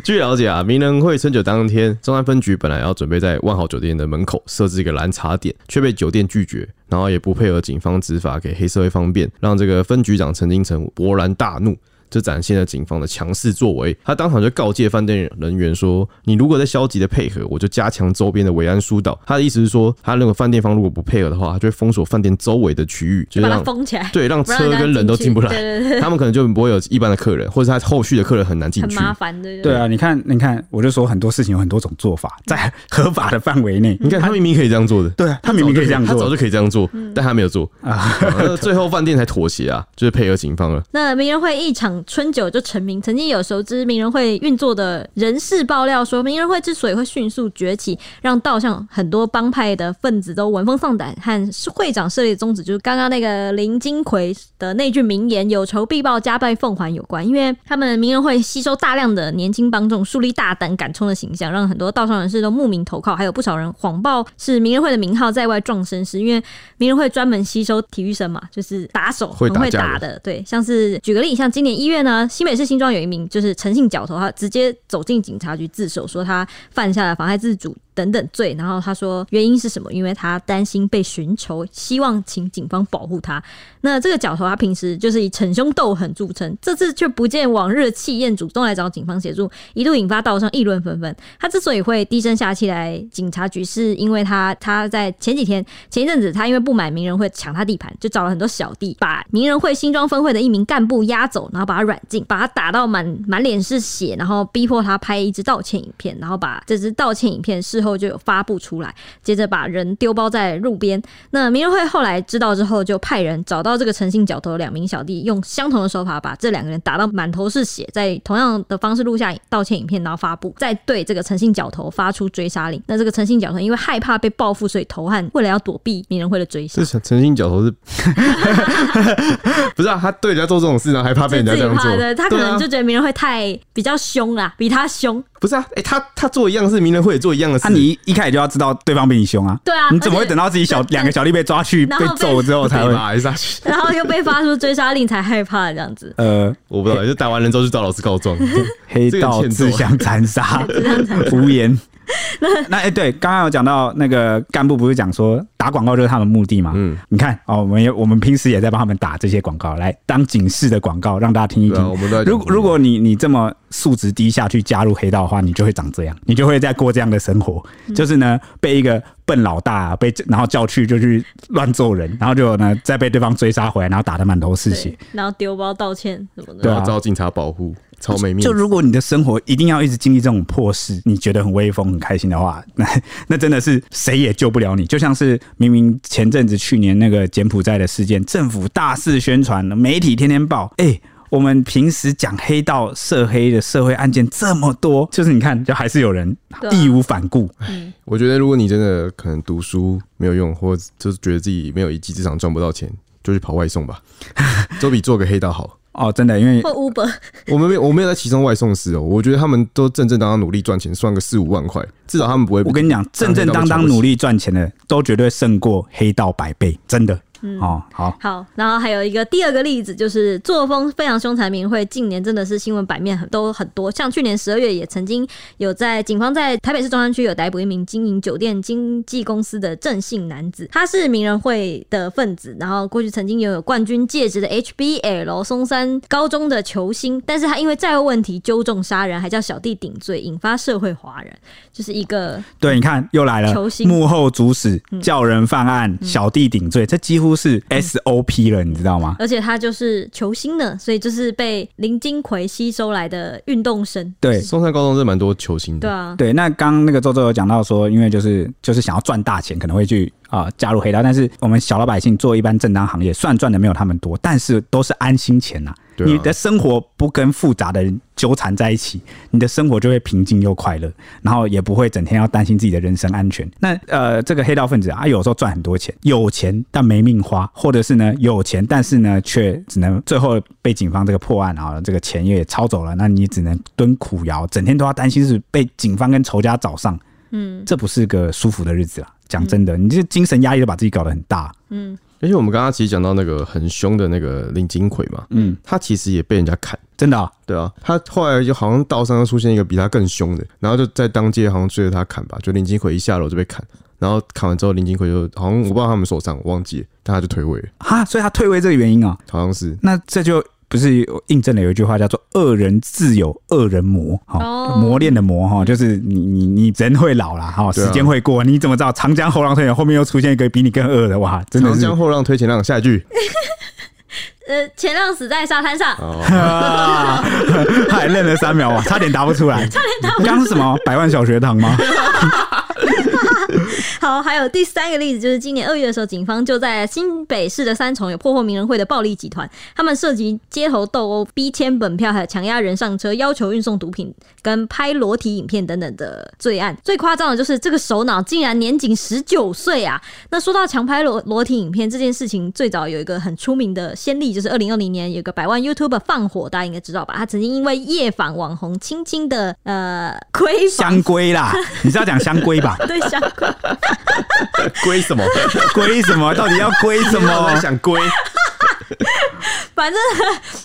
[SPEAKER 3] 据了解啊，名人会春酒当天，中山分局本来要准备在万豪酒店的门口设置一个拦查点，却被酒店拒绝，然后也不配合警方执法，给黑社会方便，让这个分局长陈金城勃然大怒。这展现了警方的强势作为，他当场就告诫饭店人员说：“你如果在消极的配合，我就加强周边的维安疏导。”他的意思是说，他那个饭店方如果不配合的话，他就会封锁饭店周围的区域，就
[SPEAKER 2] 就是把它
[SPEAKER 3] 让
[SPEAKER 2] 封起来，
[SPEAKER 3] 对让
[SPEAKER 2] 不让
[SPEAKER 3] 车
[SPEAKER 2] 家
[SPEAKER 3] 跟人都
[SPEAKER 2] 去
[SPEAKER 3] 进不来。
[SPEAKER 2] 对对对，
[SPEAKER 3] 他们可能就不会有一般的客人，或者他后续的客人很难进
[SPEAKER 2] 很
[SPEAKER 3] 去。
[SPEAKER 2] 麻烦的。
[SPEAKER 1] 对啊，你看，你看，我就说很多事情有很多种做法，在合法的范围内，
[SPEAKER 3] 你看，他明明可以这样做的，
[SPEAKER 1] 对嗯啊，他明明可以这样
[SPEAKER 3] 他早
[SPEAKER 1] 做
[SPEAKER 3] 就可以这样做，但他没有做啊。那最后饭店才妥协啊，就是配合警方了。
[SPEAKER 2] 那名人会一场春酒就成名。曾经有熟知名人会运作的人士爆料说，名人会之所以会迅速崛起，让道上很多帮派的分子都闻风丧胆，和会长设立的宗旨就是刚刚那个林金奎的那句名言“有仇必报，加倍奉还”有关。因为他们名人会吸收大量的年轻帮众，树立大胆敢冲的形象，让很多道上人士都慕名投靠，还有不少人谎报是名人会的名号在外壮声势，因为名人会专门吸收体育生嘛，就是打手，
[SPEAKER 3] 会
[SPEAKER 2] 很
[SPEAKER 3] 打
[SPEAKER 2] 会
[SPEAKER 3] 架的
[SPEAKER 2] 打的。对，像是举个例，像今年一月呢，新北市新庄有一名就是诚信角头，他直接走进警察局自首，说他犯下了妨害自主等等罪。然后他说原因是什么？因为他担心被寻仇，希望请警方保护他。那这个角头他平时就是以逞凶斗狠著称，这次却不见往日的气焰，主动来找警方协助，一度引发道上议论纷纷。他之所以会低声下气来警察局，是因为他他在前几天前一阵子，他因为不满名人会抢他地盘，就找了很多小弟，把名人会新庄分会的一名干部押走，然后把他软禁，把他打到满满脸是血，然后逼迫他拍一支道歉影片，然后把这支道歉影片事后就有发布出来，接着把人丢包在路边。那名人会后来知道之后，就派人找到这个诚信角头的两名小弟，用相同的手法把这两个人打到满头是血，在同样的方式录下道歉影片，然后发布，再对这个诚信角头发出追杀令。那这个诚信角头因为害怕被报复，所以投案，为了要躲避名人会的追杀
[SPEAKER 3] 这，诚诚信角头是， 不是啊？他对人家做这种事，然后还怕被人家这样做
[SPEAKER 2] 自己怕的，，他可
[SPEAKER 3] 对
[SPEAKER 2] 能
[SPEAKER 3] 啊
[SPEAKER 2] 就，觉得名人会太比较凶啦，比他凶。
[SPEAKER 3] 不是啊？哎，他他做一样事，名人会也做一样的事，
[SPEAKER 1] 啊，你一开始就要知道对方比你凶啊，
[SPEAKER 2] 对啊
[SPEAKER 1] 你怎么
[SPEAKER 2] 而
[SPEAKER 1] 会
[SPEAKER 2] 且
[SPEAKER 1] 等到自己小
[SPEAKER 2] 对
[SPEAKER 1] 两个小弟被抓去
[SPEAKER 2] 然
[SPEAKER 1] 被
[SPEAKER 2] 后被
[SPEAKER 1] 揍之后才
[SPEAKER 3] 才
[SPEAKER 1] 会，
[SPEAKER 3] 会？把哦他杀啊去。
[SPEAKER 2] 然后又被发出追杀令才害怕这样子
[SPEAKER 1] 呃，
[SPEAKER 3] 我不知道，就打完人之后就找老师告状。
[SPEAKER 1] 黑
[SPEAKER 3] 这个啊
[SPEAKER 1] 道
[SPEAKER 3] 欠揍
[SPEAKER 1] 自相残杀，无言。那哎、对，刚刚有讲到那个干部不是讲说打广告就是他们目的嘛？嗯，你看哦，我们也我们平时也在帮他们打这些广告，来当警示的广告，让大家听一
[SPEAKER 3] 对啊，
[SPEAKER 1] 听
[SPEAKER 3] 我。们都在讲
[SPEAKER 1] 如如果你你这么素质低下去加入黑道的话，你就会长这样，你就会在过这样的生活，就是呢被一个笨老大、被然后叫去就去乱揍人，然后就呢再被对方追杀回来，然后打得满头是血
[SPEAKER 2] 对。，然后丢包道歉什么的
[SPEAKER 1] 对。啊
[SPEAKER 3] 然后遭警察保护，超没面
[SPEAKER 1] 就
[SPEAKER 3] 子。
[SPEAKER 1] 如果你的生活一定要一直经历这种破事，你觉得很威风、很开心的话， 那那真的是谁也救不了你。就像是明明前阵子去年那个柬埔寨的事件，政府大肆宣传，媒体天天报，哎、我们平时讲黑道涉黑的社会案件这么多，就是你看，就还是有人
[SPEAKER 2] 对啊
[SPEAKER 1] 义无反顾。
[SPEAKER 3] 我觉得如果你真的可能读书没有用，或就是觉得自己没有一技之长赚不到钱，就去跑外送吧，都比做个黑道好。
[SPEAKER 1] 哦，真的，因为
[SPEAKER 2] 或 Uber，
[SPEAKER 3] 我们没有我没有在其中外送师哦，我觉得他们都正正当当努力赚钱，算个四五万块，至少他们不会。
[SPEAKER 1] 我跟你讲，正正当当努力赚钱的，都绝对胜过黑道百倍，真的。哦，好，
[SPEAKER 2] 好，然后还有一个第二个例子就是作风非常凶残民会，近年真的是新闻版面很都很多，像去年十二月也曾经有在警方在台北市中山区有逮捕一名经营酒店经纪公司的郑姓男子，他是名人会的分子，然后过去曾经拥有冠军戒指的 HBL 松山高中的球星，但是他因为债务问题纠众杀人，还叫小弟顶罪，引发社会哗然，就是一个
[SPEAKER 1] 对，你看又来了
[SPEAKER 2] 球，星嗯
[SPEAKER 1] 幕后主使，叫人犯案，小弟顶罪，这几乎是 SOP 了，你知道吗？
[SPEAKER 2] 而且他就是球星呢，所以就是被林金奎吸收来的运动生。
[SPEAKER 1] 对
[SPEAKER 3] 松山高中真的蛮多球星
[SPEAKER 2] 对
[SPEAKER 3] 的，
[SPEAKER 2] 啊，
[SPEAKER 1] 对，那刚刚那个周周有讲到说，因为就是就是想要赚大钱，可能会去啊、呃加入黑道，但是我们小老百姓做一般正当行业，虽然赚的没有他们多，但是都是安心钱呐、
[SPEAKER 3] 对啊
[SPEAKER 1] 你的生活不跟复杂的人纠缠在一起，你的生活就会平静又快乐，然后也不会整天要担心自己的人身安全。那呃，这个黑道分子啊，有时候赚很多钱，有钱但没命花，或者是呢有钱，但是呢却只能最后被警方这个破案啊，这个钱也抄走了，那你只能蹲苦窑，整天都要担心是被警方跟仇家找上，嗯，这不是个舒服的日子啊。讲真的，你这精神压力都把自己搞得很大，
[SPEAKER 3] 而且我们刚刚其实讲到那个很凶的那个林金奎嘛，嗯，他其实也被人家砍。
[SPEAKER 1] 真的啊、
[SPEAKER 3] 对啊，他后来就好像道上又出现一个比他更凶的，然后就在当街好像追着他砍吧，就林金奎一下楼就被砍，然后砍完之后林金奎就好像我不知道他们手上我忘记了，但他就退位了，
[SPEAKER 1] 哈，所以他退位这个原因啊、
[SPEAKER 3] 好像是
[SPEAKER 1] 那这就不是印证了有一句话叫做“恶人自有恶人磨”哈、
[SPEAKER 2] 哦
[SPEAKER 1] 磨练的磨哈，就是你你你人会老啦，哈、
[SPEAKER 3] 对啊
[SPEAKER 1] 时间会过，你怎么知道长江后浪推前后面又出现一个比你更恶的哇？真的
[SPEAKER 3] 长
[SPEAKER 1] 是
[SPEAKER 3] 江后浪推前浪，下一句
[SPEAKER 2] 呃，前浪死在沙滩上，
[SPEAKER 3] 哦，
[SPEAKER 1] 啊，他还愣了三秒啊 哇，差点答不出来，差点答不出来。刚刚是什么？百万小学堂 吗？
[SPEAKER 2] 好，还有第三个例子就是今年二月的时候，警方就在新北市的三重有破获名人会的暴力集团，他们涉及街头斗殴、逼签本票，还有强压人上车、要求运送毒品、跟拍裸体影片等等的罪案。最夸张的就是这个首脑竟然年仅十九岁啊！那说到强拍裸裸体影片这件事情，最早有一个很出名的先例，就是二零二零年有个百万 YouTube 放火，大家应该知道吧？他曾经因为夜访网红青青的呃亏房
[SPEAKER 1] 香龟啦，你是要讲香龟吧？
[SPEAKER 2] 对相关。
[SPEAKER 3] 龟什么？
[SPEAKER 1] 龟什么？到底要龟什
[SPEAKER 3] 我
[SPEAKER 1] 么
[SPEAKER 3] 在？想龟，
[SPEAKER 2] 反正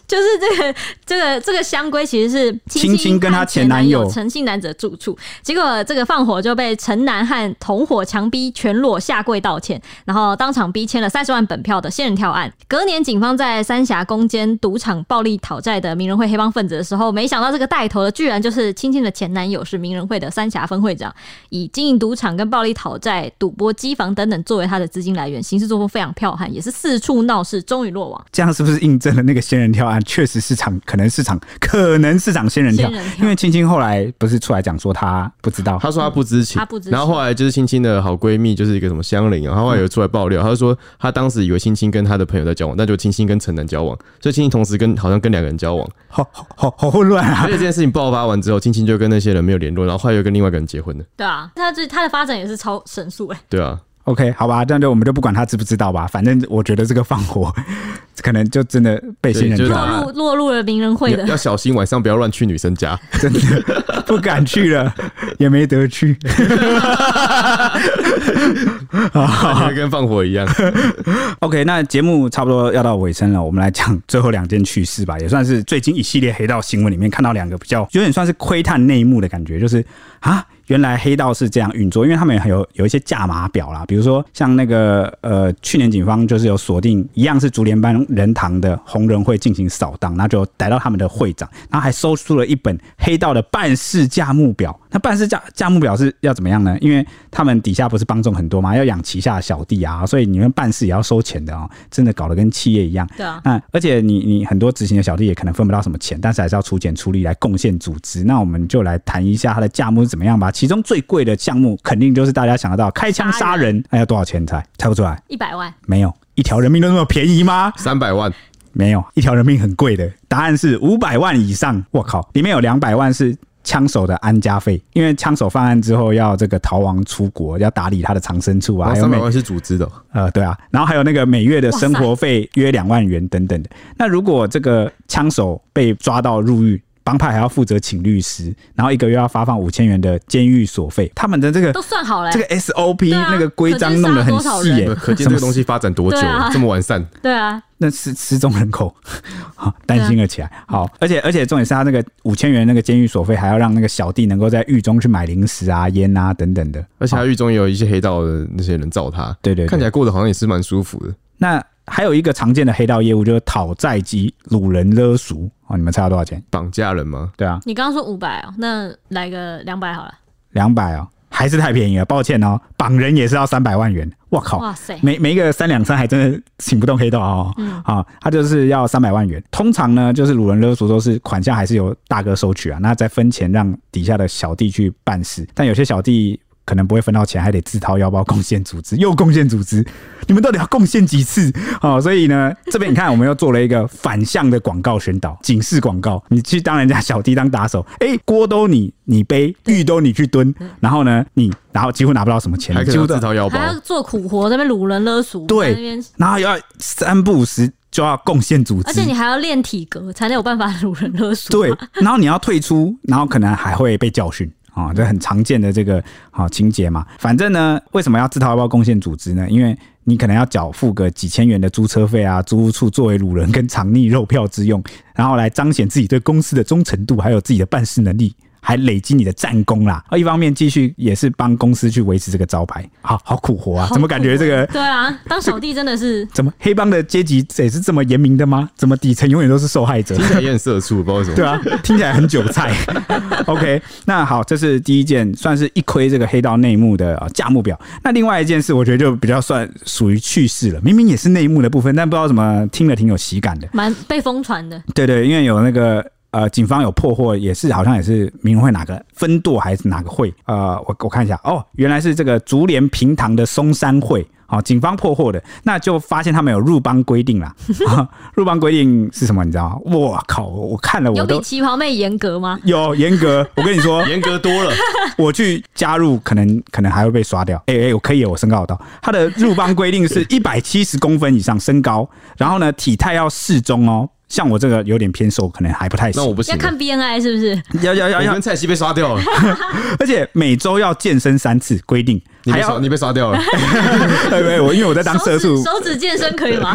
[SPEAKER 2] 就是这个这个这个香龟其实是
[SPEAKER 1] 青青跟她前男友
[SPEAKER 2] 陈姓男子的住处，结果这个放火就被陈男和同伙强逼全裸下跪道歉，然后当场逼签了三十万本票的仙人跳案。隔年，警方在三峡攻坚赌场暴力讨债的名人会黑帮分子的时候，没想到这个带头的居然就是青青的前男友，是名人会的三峡分会长，以经营赌场跟暴力讨债、赌博、机房等等作为他的资金来源，行事作风非常彪悍，也是四处闹事，终于落网。
[SPEAKER 1] 这样是不是印证了那个仙人跳案？确实市场可能市场可能市场仙人跳
[SPEAKER 2] 仙人，跳
[SPEAKER 1] 因为青青后来不是出来讲说他不知道，
[SPEAKER 3] 他说他不知情，
[SPEAKER 2] 他不知情
[SPEAKER 3] 然后后来就是青青的好闺蜜，就是一个什么香菱啊，她后来有出来爆料，她就说她当时以为青青跟她的朋友在交往，但就青青跟陈楠交往，所以青青同时跟好像跟两个人交往，
[SPEAKER 1] 好好好好混乱啊
[SPEAKER 3] 而！且这件事情爆发完之后，青青就跟那些人没有联络，然后后来又跟另外一个人结婚了，
[SPEAKER 2] 对啊，他这他的发展也是超神速哎、
[SPEAKER 3] 对啊，
[SPEAKER 1] OK，好吧，这样就我们就不管他知不知道吧，反正我觉得这个放火可能就真的被信任
[SPEAKER 3] 对就是
[SPEAKER 1] 掉
[SPEAKER 2] 落
[SPEAKER 1] 了，
[SPEAKER 2] 入落入了名人会
[SPEAKER 3] 要
[SPEAKER 2] 的
[SPEAKER 3] 要小心晚上不要乱去女生家。
[SPEAKER 1] 真的不敢去 了，也没得去。
[SPEAKER 3] 感觉跟放火一样。
[SPEAKER 1] OK，那节目差不多要到尾声了，我们来讲最后两件趣事吧，也算是最近一系列黑道新闻里面看到两个比较有点算是窥探内幕的感觉，就是啊，原来黑道是这样运作，因为他们有有一些价码表啦，比如说像那个呃，去年警方就是有锁定一样是竹联帮人堂的红人会进行扫荡，那就逮到他们的会长，然后还搜出了一本黑道的办事价目表。那办事价价目表是要怎么样呢？因为他们底下不是帮众很多嘛，要养旗下的小弟啊，所以你们办事也要收钱的哦，真的搞得跟企业一样。
[SPEAKER 2] 对啊，
[SPEAKER 1] 那而且你你很多执行的小弟也可能分不到什么钱，但是还是要出钱出力来贡献组织。那我们就来谈一下它的价目是怎么样吧。其中最贵的项目肯定就是大家想得到开枪杀
[SPEAKER 2] 杀人
[SPEAKER 1] 人，那哎要多少钱猜？猜不出来？
[SPEAKER 2] 一百万，
[SPEAKER 1] 没有，一条人命都那么便宜吗？
[SPEAKER 3] 三百万，
[SPEAKER 1] 没有，一条人命很贵的。答案是五百万以上。我靠，里面有两百万是。枪手的安家费，因为枪手犯案之后要这个逃亡出国，要打理他的藏身处啊，
[SPEAKER 3] 然
[SPEAKER 1] 还
[SPEAKER 3] 后
[SPEAKER 1] 有
[SPEAKER 3] 三
[SPEAKER 1] 每
[SPEAKER 3] 百万是组织的哦，
[SPEAKER 1] 呃，对啊，然后还有那个每月的生活费约两万元等等的。那如果这个枪手被抓到入狱，帮派还要负责请律师，然后一个月要发放五千元的监狱所费。他们的这个
[SPEAKER 2] 都算好了
[SPEAKER 1] 这
[SPEAKER 2] 欸。
[SPEAKER 1] 个 SOP、
[SPEAKER 2] 对啊
[SPEAKER 1] 那个规章弄得很
[SPEAKER 2] 可
[SPEAKER 1] 细
[SPEAKER 2] 见
[SPEAKER 1] 耶、
[SPEAKER 2] 杀了
[SPEAKER 3] 可见这个东
[SPEAKER 1] 西
[SPEAKER 3] 西发展多久
[SPEAKER 2] 对啊
[SPEAKER 3] 了，这么完善。
[SPEAKER 2] 对啊，
[SPEAKER 1] 那失失踪人口，好担心了起来。
[SPEAKER 2] 嗯
[SPEAKER 1] 好，而且而且重点是他那个五千元那个监狱所费，还要让那个小弟能够在狱中去买零食啊、烟啊等等的。
[SPEAKER 3] 而且他狱中也有一些黑道的那些人罩他，
[SPEAKER 1] 对对对
[SPEAKER 3] 看起来过得好像也是蛮舒服的。
[SPEAKER 1] 那还有一个常见的黑道业务就是讨债及掳人勒赎哦，你们猜到多少钱？
[SPEAKER 3] 绑架人吗？
[SPEAKER 1] 对啊，
[SPEAKER 2] 你刚刚说五百哦，那来个两百好了。
[SPEAKER 1] 两百哦，还是太便宜了，抱歉哦，绑人也是要三百万元，我靠！
[SPEAKER 2] 哇塞，嗯
[SPEAKER 1] 每每一个三两三还真的请不动黑道哦，啊、他就是要三百万元。通常呢，就是掳人勒赎都是款项还是由大哥收取啊，那再分钱让底下的小弟去办事。但有些小弟可能不会分到钱，还得自掏腰包贡献组织，又贡献组织，你们到底要贡献几次？哦，所以呢，这边你看，我们又做了一个反向的广告宣导，警示广告。你去当人家小弟当打手，哎、锅都你你背，玉都你去蹲，
[SPEAKER 2] 嗯
[SPEAKER 1] 然后呢，你然后几乎拿不到什么钱，
[SPEAKER 3] 还可
[SPEAKER 1] 几
[SPEAKER 3] 以
[SPEAKER 1] 乎
[SPEAKER 3] 要
[SPEAKER 1] 都
[SPEAKER 3] 自掏腰包
[SPEAKER 2] 还，要做苦活，在那边掳人勒赎，在
[SPEAKER 1] 对
[SPEAKER 2] 那边，
[SPEAKER 1] 然后又要三不五时就要贡献组织，
[SPEAKER 2] 而且你还要练体格，才能有办法掳人勒赎。
[SPEAKER 1] 对，然后你要退出，然后可能还会被教训。啊、这很常见的这个好、情节嘛。反正呢，为什么要自掏腰包贡献组织呢？因为你可能要缴付个几千元的租车费啊，租屋处作为掳人跟藏匿肉票之用，然后来彰显自己对公司的忠诚度，还有自己的办事能力，还累积你的战功啦。啊，一方面继续也是帮公司去维持这个招牌，好好苦活啊！怎么感觉这个
[SPEAKER 2] 对啊，当小弟真的是
[SPEAKER 1] 怎么黑帮的阶级也是这么严明的吗？怎么底层永远都是受害者？
[SPEAKER 3] 听起来也很社畜，不知道为什么。
[SPEAKER 1] 对啊，听起来很韭菜。OK，那好，这是第一件，算是一窥这个黑道内幕的呃价目表。那另外一件事，我觉得就比较算属于趣事了，明明也是内幕的部分，但不知道怎么听了挺有喜感的。
[SPEAKER 2] 蛮被疯传的。
[SPEAKER 1] 对对，因为有那个。呃，警方有破获，也是好像也是明会哪个分舵还是哪个会？呃，我我看一下，哦，原来是这个竹联平塘的松山会，好、警方破获的，那就发现他们有入帮规定啦。啊入帮规定是什么？你知道吗？我靠，我看了
[SPEAKER 2] 有
[SPEAKER 1] 我
[SPEAKER 2] 比
[SPEAKER 1] 都
[SPEAKER 2] 旗袍妹严格吗？
[SPEAKER 1] 有严格，我跟你说，
[SPEAKER 3] 严格多了，
[SPEAKER 1] 我去加入，可能可能还会被刷掉。哎、哎、我可以，我身高有到。他的入帮规定是一百七十公分以上身高，然后呢体态要适中哦。像我这个有点偏瘦，可能还不太
[SPEAKER 3] 那我
[SPEAKER 1] 行。
[SPEAKER 3] 不行
[SPEAKER 2] 要
[SPEAKER 3] 了。
[SPEAKER 2] 看 BNI 是不是？
[SPEAKER 1] 要要要
[SPEAKER 3] 我
[SPEAKER 1] 要
[SPEAKER 3] 跟，蔡西被刷掉了，
[SPEAKER 1] 而且每周要健身三次，规定
[SPEAKER 3] 你
[SPEAKER 1] 还
[SPEAKER 3] 被刷，
[SPEAKER 1] 要。
[SPEAKER 3] 你被刷掉了。
[SPEAKER 1] 对对，我因为我在当社畜
[SPEAKER 2] 手指，手指健身可 以吗？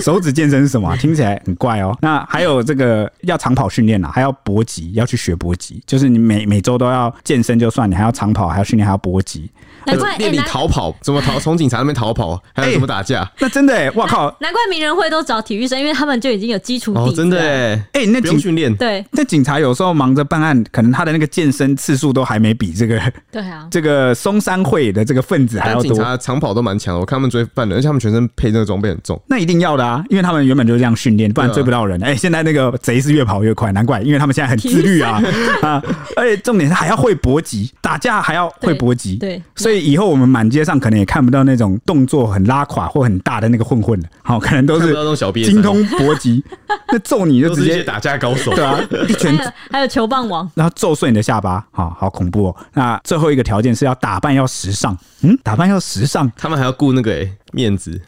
[SPEAKER 1] 手指健身是什么啊、听起来很怪哦。那还有这个要长跑训练啊啦，还要搏击，要去学搏击，就是你每每周都要健身就算，你还要长跑，还要训练，还要搏击。
[SPEAKER 2] 难 怪哎，
[SPEAKER 3] 练你
[SPEAKER 2] 难
[SPEAKER 3] 逃跑，怎么逃？从警察那边逃跑，还有怎么打架？
[SPEAKER 1] 那真的、欸，哇靠！
[SPEAKER 2] 难怪名人会都找体育生，因为他们就已经有基础底
[SPEAKER 3] 哦，
[SPEAKER 2] 子。
[SPEAKER 3] 真的，哎，
[SPEAKER 1] 哎、那
[SPEAKER 3] 不
[SPEAKER 1] 警
[SPEAKER 3] 用训练，
[SPEAKER 2] 对
[SPEAKER 1] 那警察有时候忙着办案，可能他的那个健身次数都还没比这个，
[SPEAKER 2] 对啊
[SPEAKER 1] 这个松山会的这个分子还
[SPEAKER 3] 但
[SPEAKER 1] 要
[SPEAKER 3] 警
[SPEAKER 1] 多。
[SPEAKER 3] 察长跑都蛮强的，我看他们追犯人，而且他们全身配那个装备很重。
[SPEAKER 1] 那一定要的啊，因为他们原本就是这样训练，不然
[SPEAKER 3] 对啊
[SPEAKER 1] 追不到人。哎、现在那个贼是越跑越快，难怪，因为他们现在很自律 啊 啊！而且重点是还要会搏击，打架还要会搏击。
[SPEAKER 2] 对对
[SPEAKER 1] 所以以后我们满街上可能也看不到那种动作很拉垮或很大的那个混混了，好，可能都
[SPEAKER 3] 看
[SPEAKER 1] 是
[SPEAKER 3] 不到那种小瘪三
[SPEAKER 1] 精通搏 击，那揍你就
[SPEAKER 3] 都
[SPEAKER 1] 直
[SPEAKER 3] 是一
[SPEAKER 1] 接
[SPEAKER 3] 些打架高手，
[SPEAKER 1] 对啊，一
[SPEAKER 2] 还
[SPEAKER 1] 拳
[SPEAKER 2] 有还有球棒王，
[SPEAKER 1] 然后揍碎你的下巴，好好恐怖哦。那最后一个条件是要打扮要时尚，嗯，打扮要时尚，
[SPEAKER 3] 他们还要雇那个哎面子，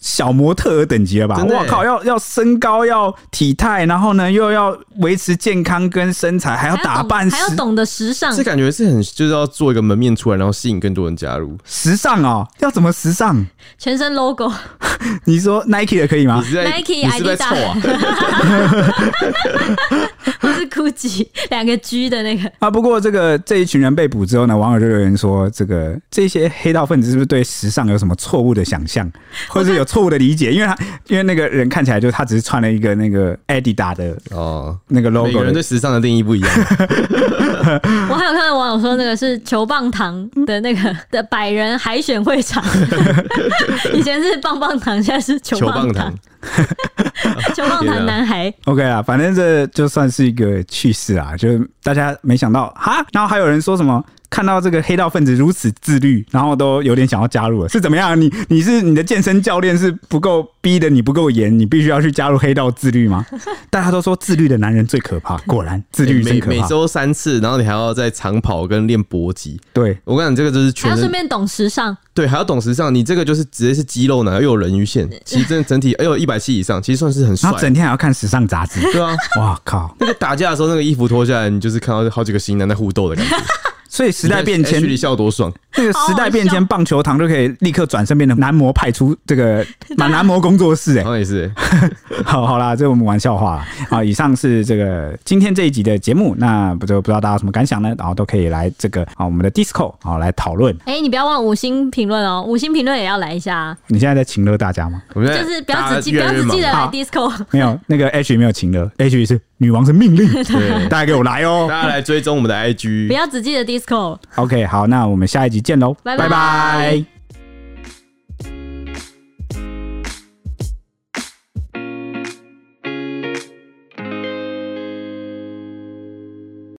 [SPEAKER 1] 小模特儿等级了吧？
[SPEAKER 3] 真的
[SPEAKER 1] 我
[SPEAKER 3] 欸
[SPEAKER 1] 靠，要要身高，要体态，然后呢又要维持健康跟身材，还要
[SPEAKER 2] 还要
[SPEAKER 1] 打
[SPEAKER 2] 懂
[SPEAKER 1] 扮时
[SPEAKER 2] 哎还要懂得时尚
[SPEAKER 3] 这，感觉是很就是要做一个门面出来，然后吸引更多人加入。
[SPEAKER 1] 时尚哦，要怎么时尚？
[SPEAKER 2] 全身 logo，
[SPEAKER 1] 你说 Nike 的可以
[SPEAKER 3] 你
[SPEAKER 1] 吗？
[SPEAKER 3] 是在
[SPEAKER 2] Nike
[SPEAKER 3] 你是不是在凑啊？
[SPEAKER 2] 或是 GUCCI 两个 G 的那个，
[SPEAKER 1] 啊，不过这个这一群人被捕之后呢，网友就留言说，这个这些黑道分子是不是对时尚有什么错误的想象，或者是有错误的理解？因为他因为那个人看起来就他只是穿了一个那个 Adidas 的
[SPEAKER 3] 哦，
[SPEAKER 1] 那个
[SPEAKER 3] 每
[SPEAKER 1] logo，
[SPEAKER 3] 个人
[SPEAKER 1] 的
[SPEAKER 3] 对时尚的定义不一样。嗯
[SPEAKER 2] 我还有看到网友说那个是球棒堂的那 个的百人海选会场，以前是棒棒堂，现在是球
[SPEAKER 3] 球
[SPEAKER 2] 棒
[SPEAKER 3] 棒
[SPEAKER 2] 堂
[SPEAKER 3] 糖，，
[SPEAKER 2] 球棒
[SPEAKER 3] 天
[SPEAKER 2] 堂
[SPEAKER 3] 啊
[SPEAKER 2] 男孩。
[SPEAKER 1] OK 啊，反正这就算是一个趣事啊，就是大家没想到哈，然后还有人说什么看到这个黑道分子如此自律，然后都有点想要加入了，是怎么样？你你是你的健身教练是不够逼的，你不够严，你必须要去加入黑道自律吗？大家都说自律的男人最可怕，果然自律最
[SPEAKER 3] 每
[SPEAKER 1] 可
[SPEAKER 3] 每
[SPEAKER 1] 怕。
[SPEAKER 3] 周三次，然后你还要在长跑跟练搏击。
[SPEAKER 1] 对，
[SPEAKER 3] 我跟你讲，这个就是
[SPEAKER 2] 还
[SPEAKER 3] 全
[SPEAKER 2] 要顺
[SPEAKER 3] 身
[SPEAKER 2] 便懂时尚，
[SPEAKER 3] 对，还要懂时尚。你这个就是直接是肌肉男，又有人鱼线，其实真的整体哎呦一百七以上，其实算是很帅
[SPEAKER 1] 然后。整天还要看时尚杂志，
[SPEAKER 3] 对啊，
[SPEAKER 1] 哇靠！
[SPEAKER 3] 那个打架的时候，那个衣服脱下来，你就是看到好几个型男在互斗的感觉。
[SPEAKER 1] 所以时代变
[SPEAKER 3] 你看 H
[SPEAKER 1] 迁，
[SPEAKER 3] 里笑多爽，
[SPEAKER 1] 那个时代变迁，棒球堂就可以立刻转身变成男模派出这个满男模工作室、欸，
[SPEAKER 3] 好像也是、欸。
[SPEAKER 1] 好好啦，这我们玩笑话啦。啊好，以上是这个今天这一集的节目，那不就不知道大家有什么感想呢？然后都可以来这个啊我们的 Disco 好来讨论。
[SPEAKER 2] 哎、你不要忘五星评论哦，五星评论也要来一下、啊，
[SPEAKER 1] 你现在在请了大家 吗？
[SPEAKER 3] 我们现在
[SPEAKER 2] 就是不要只记不
[SPEAKER 3] 大家
[SPEAKER 2] 要
[SPEAKER 3] 越来越
[SPEAKER 2] 只记得
[SPEAKER 1] 忙
[SPEAKER 2] 来
[SPEAKER 1] 好
[SPEAKER 2] disco，
[SPEAKER 1] 没有，那个 H 没有请了，H 是女王是命 令，
[SPEAKER 3] 对
[SPEAKER 1] 大家给我来哦。
[SPEAKER 3] 大家来追踪我们的 IG，
[SPEAKER 2] 不要只记得 disco。
[SPEAKER 1] OK，好，那我们下一集见喽，
[SPEAKER 2] 拜拜
[SPEAKER 1] 拜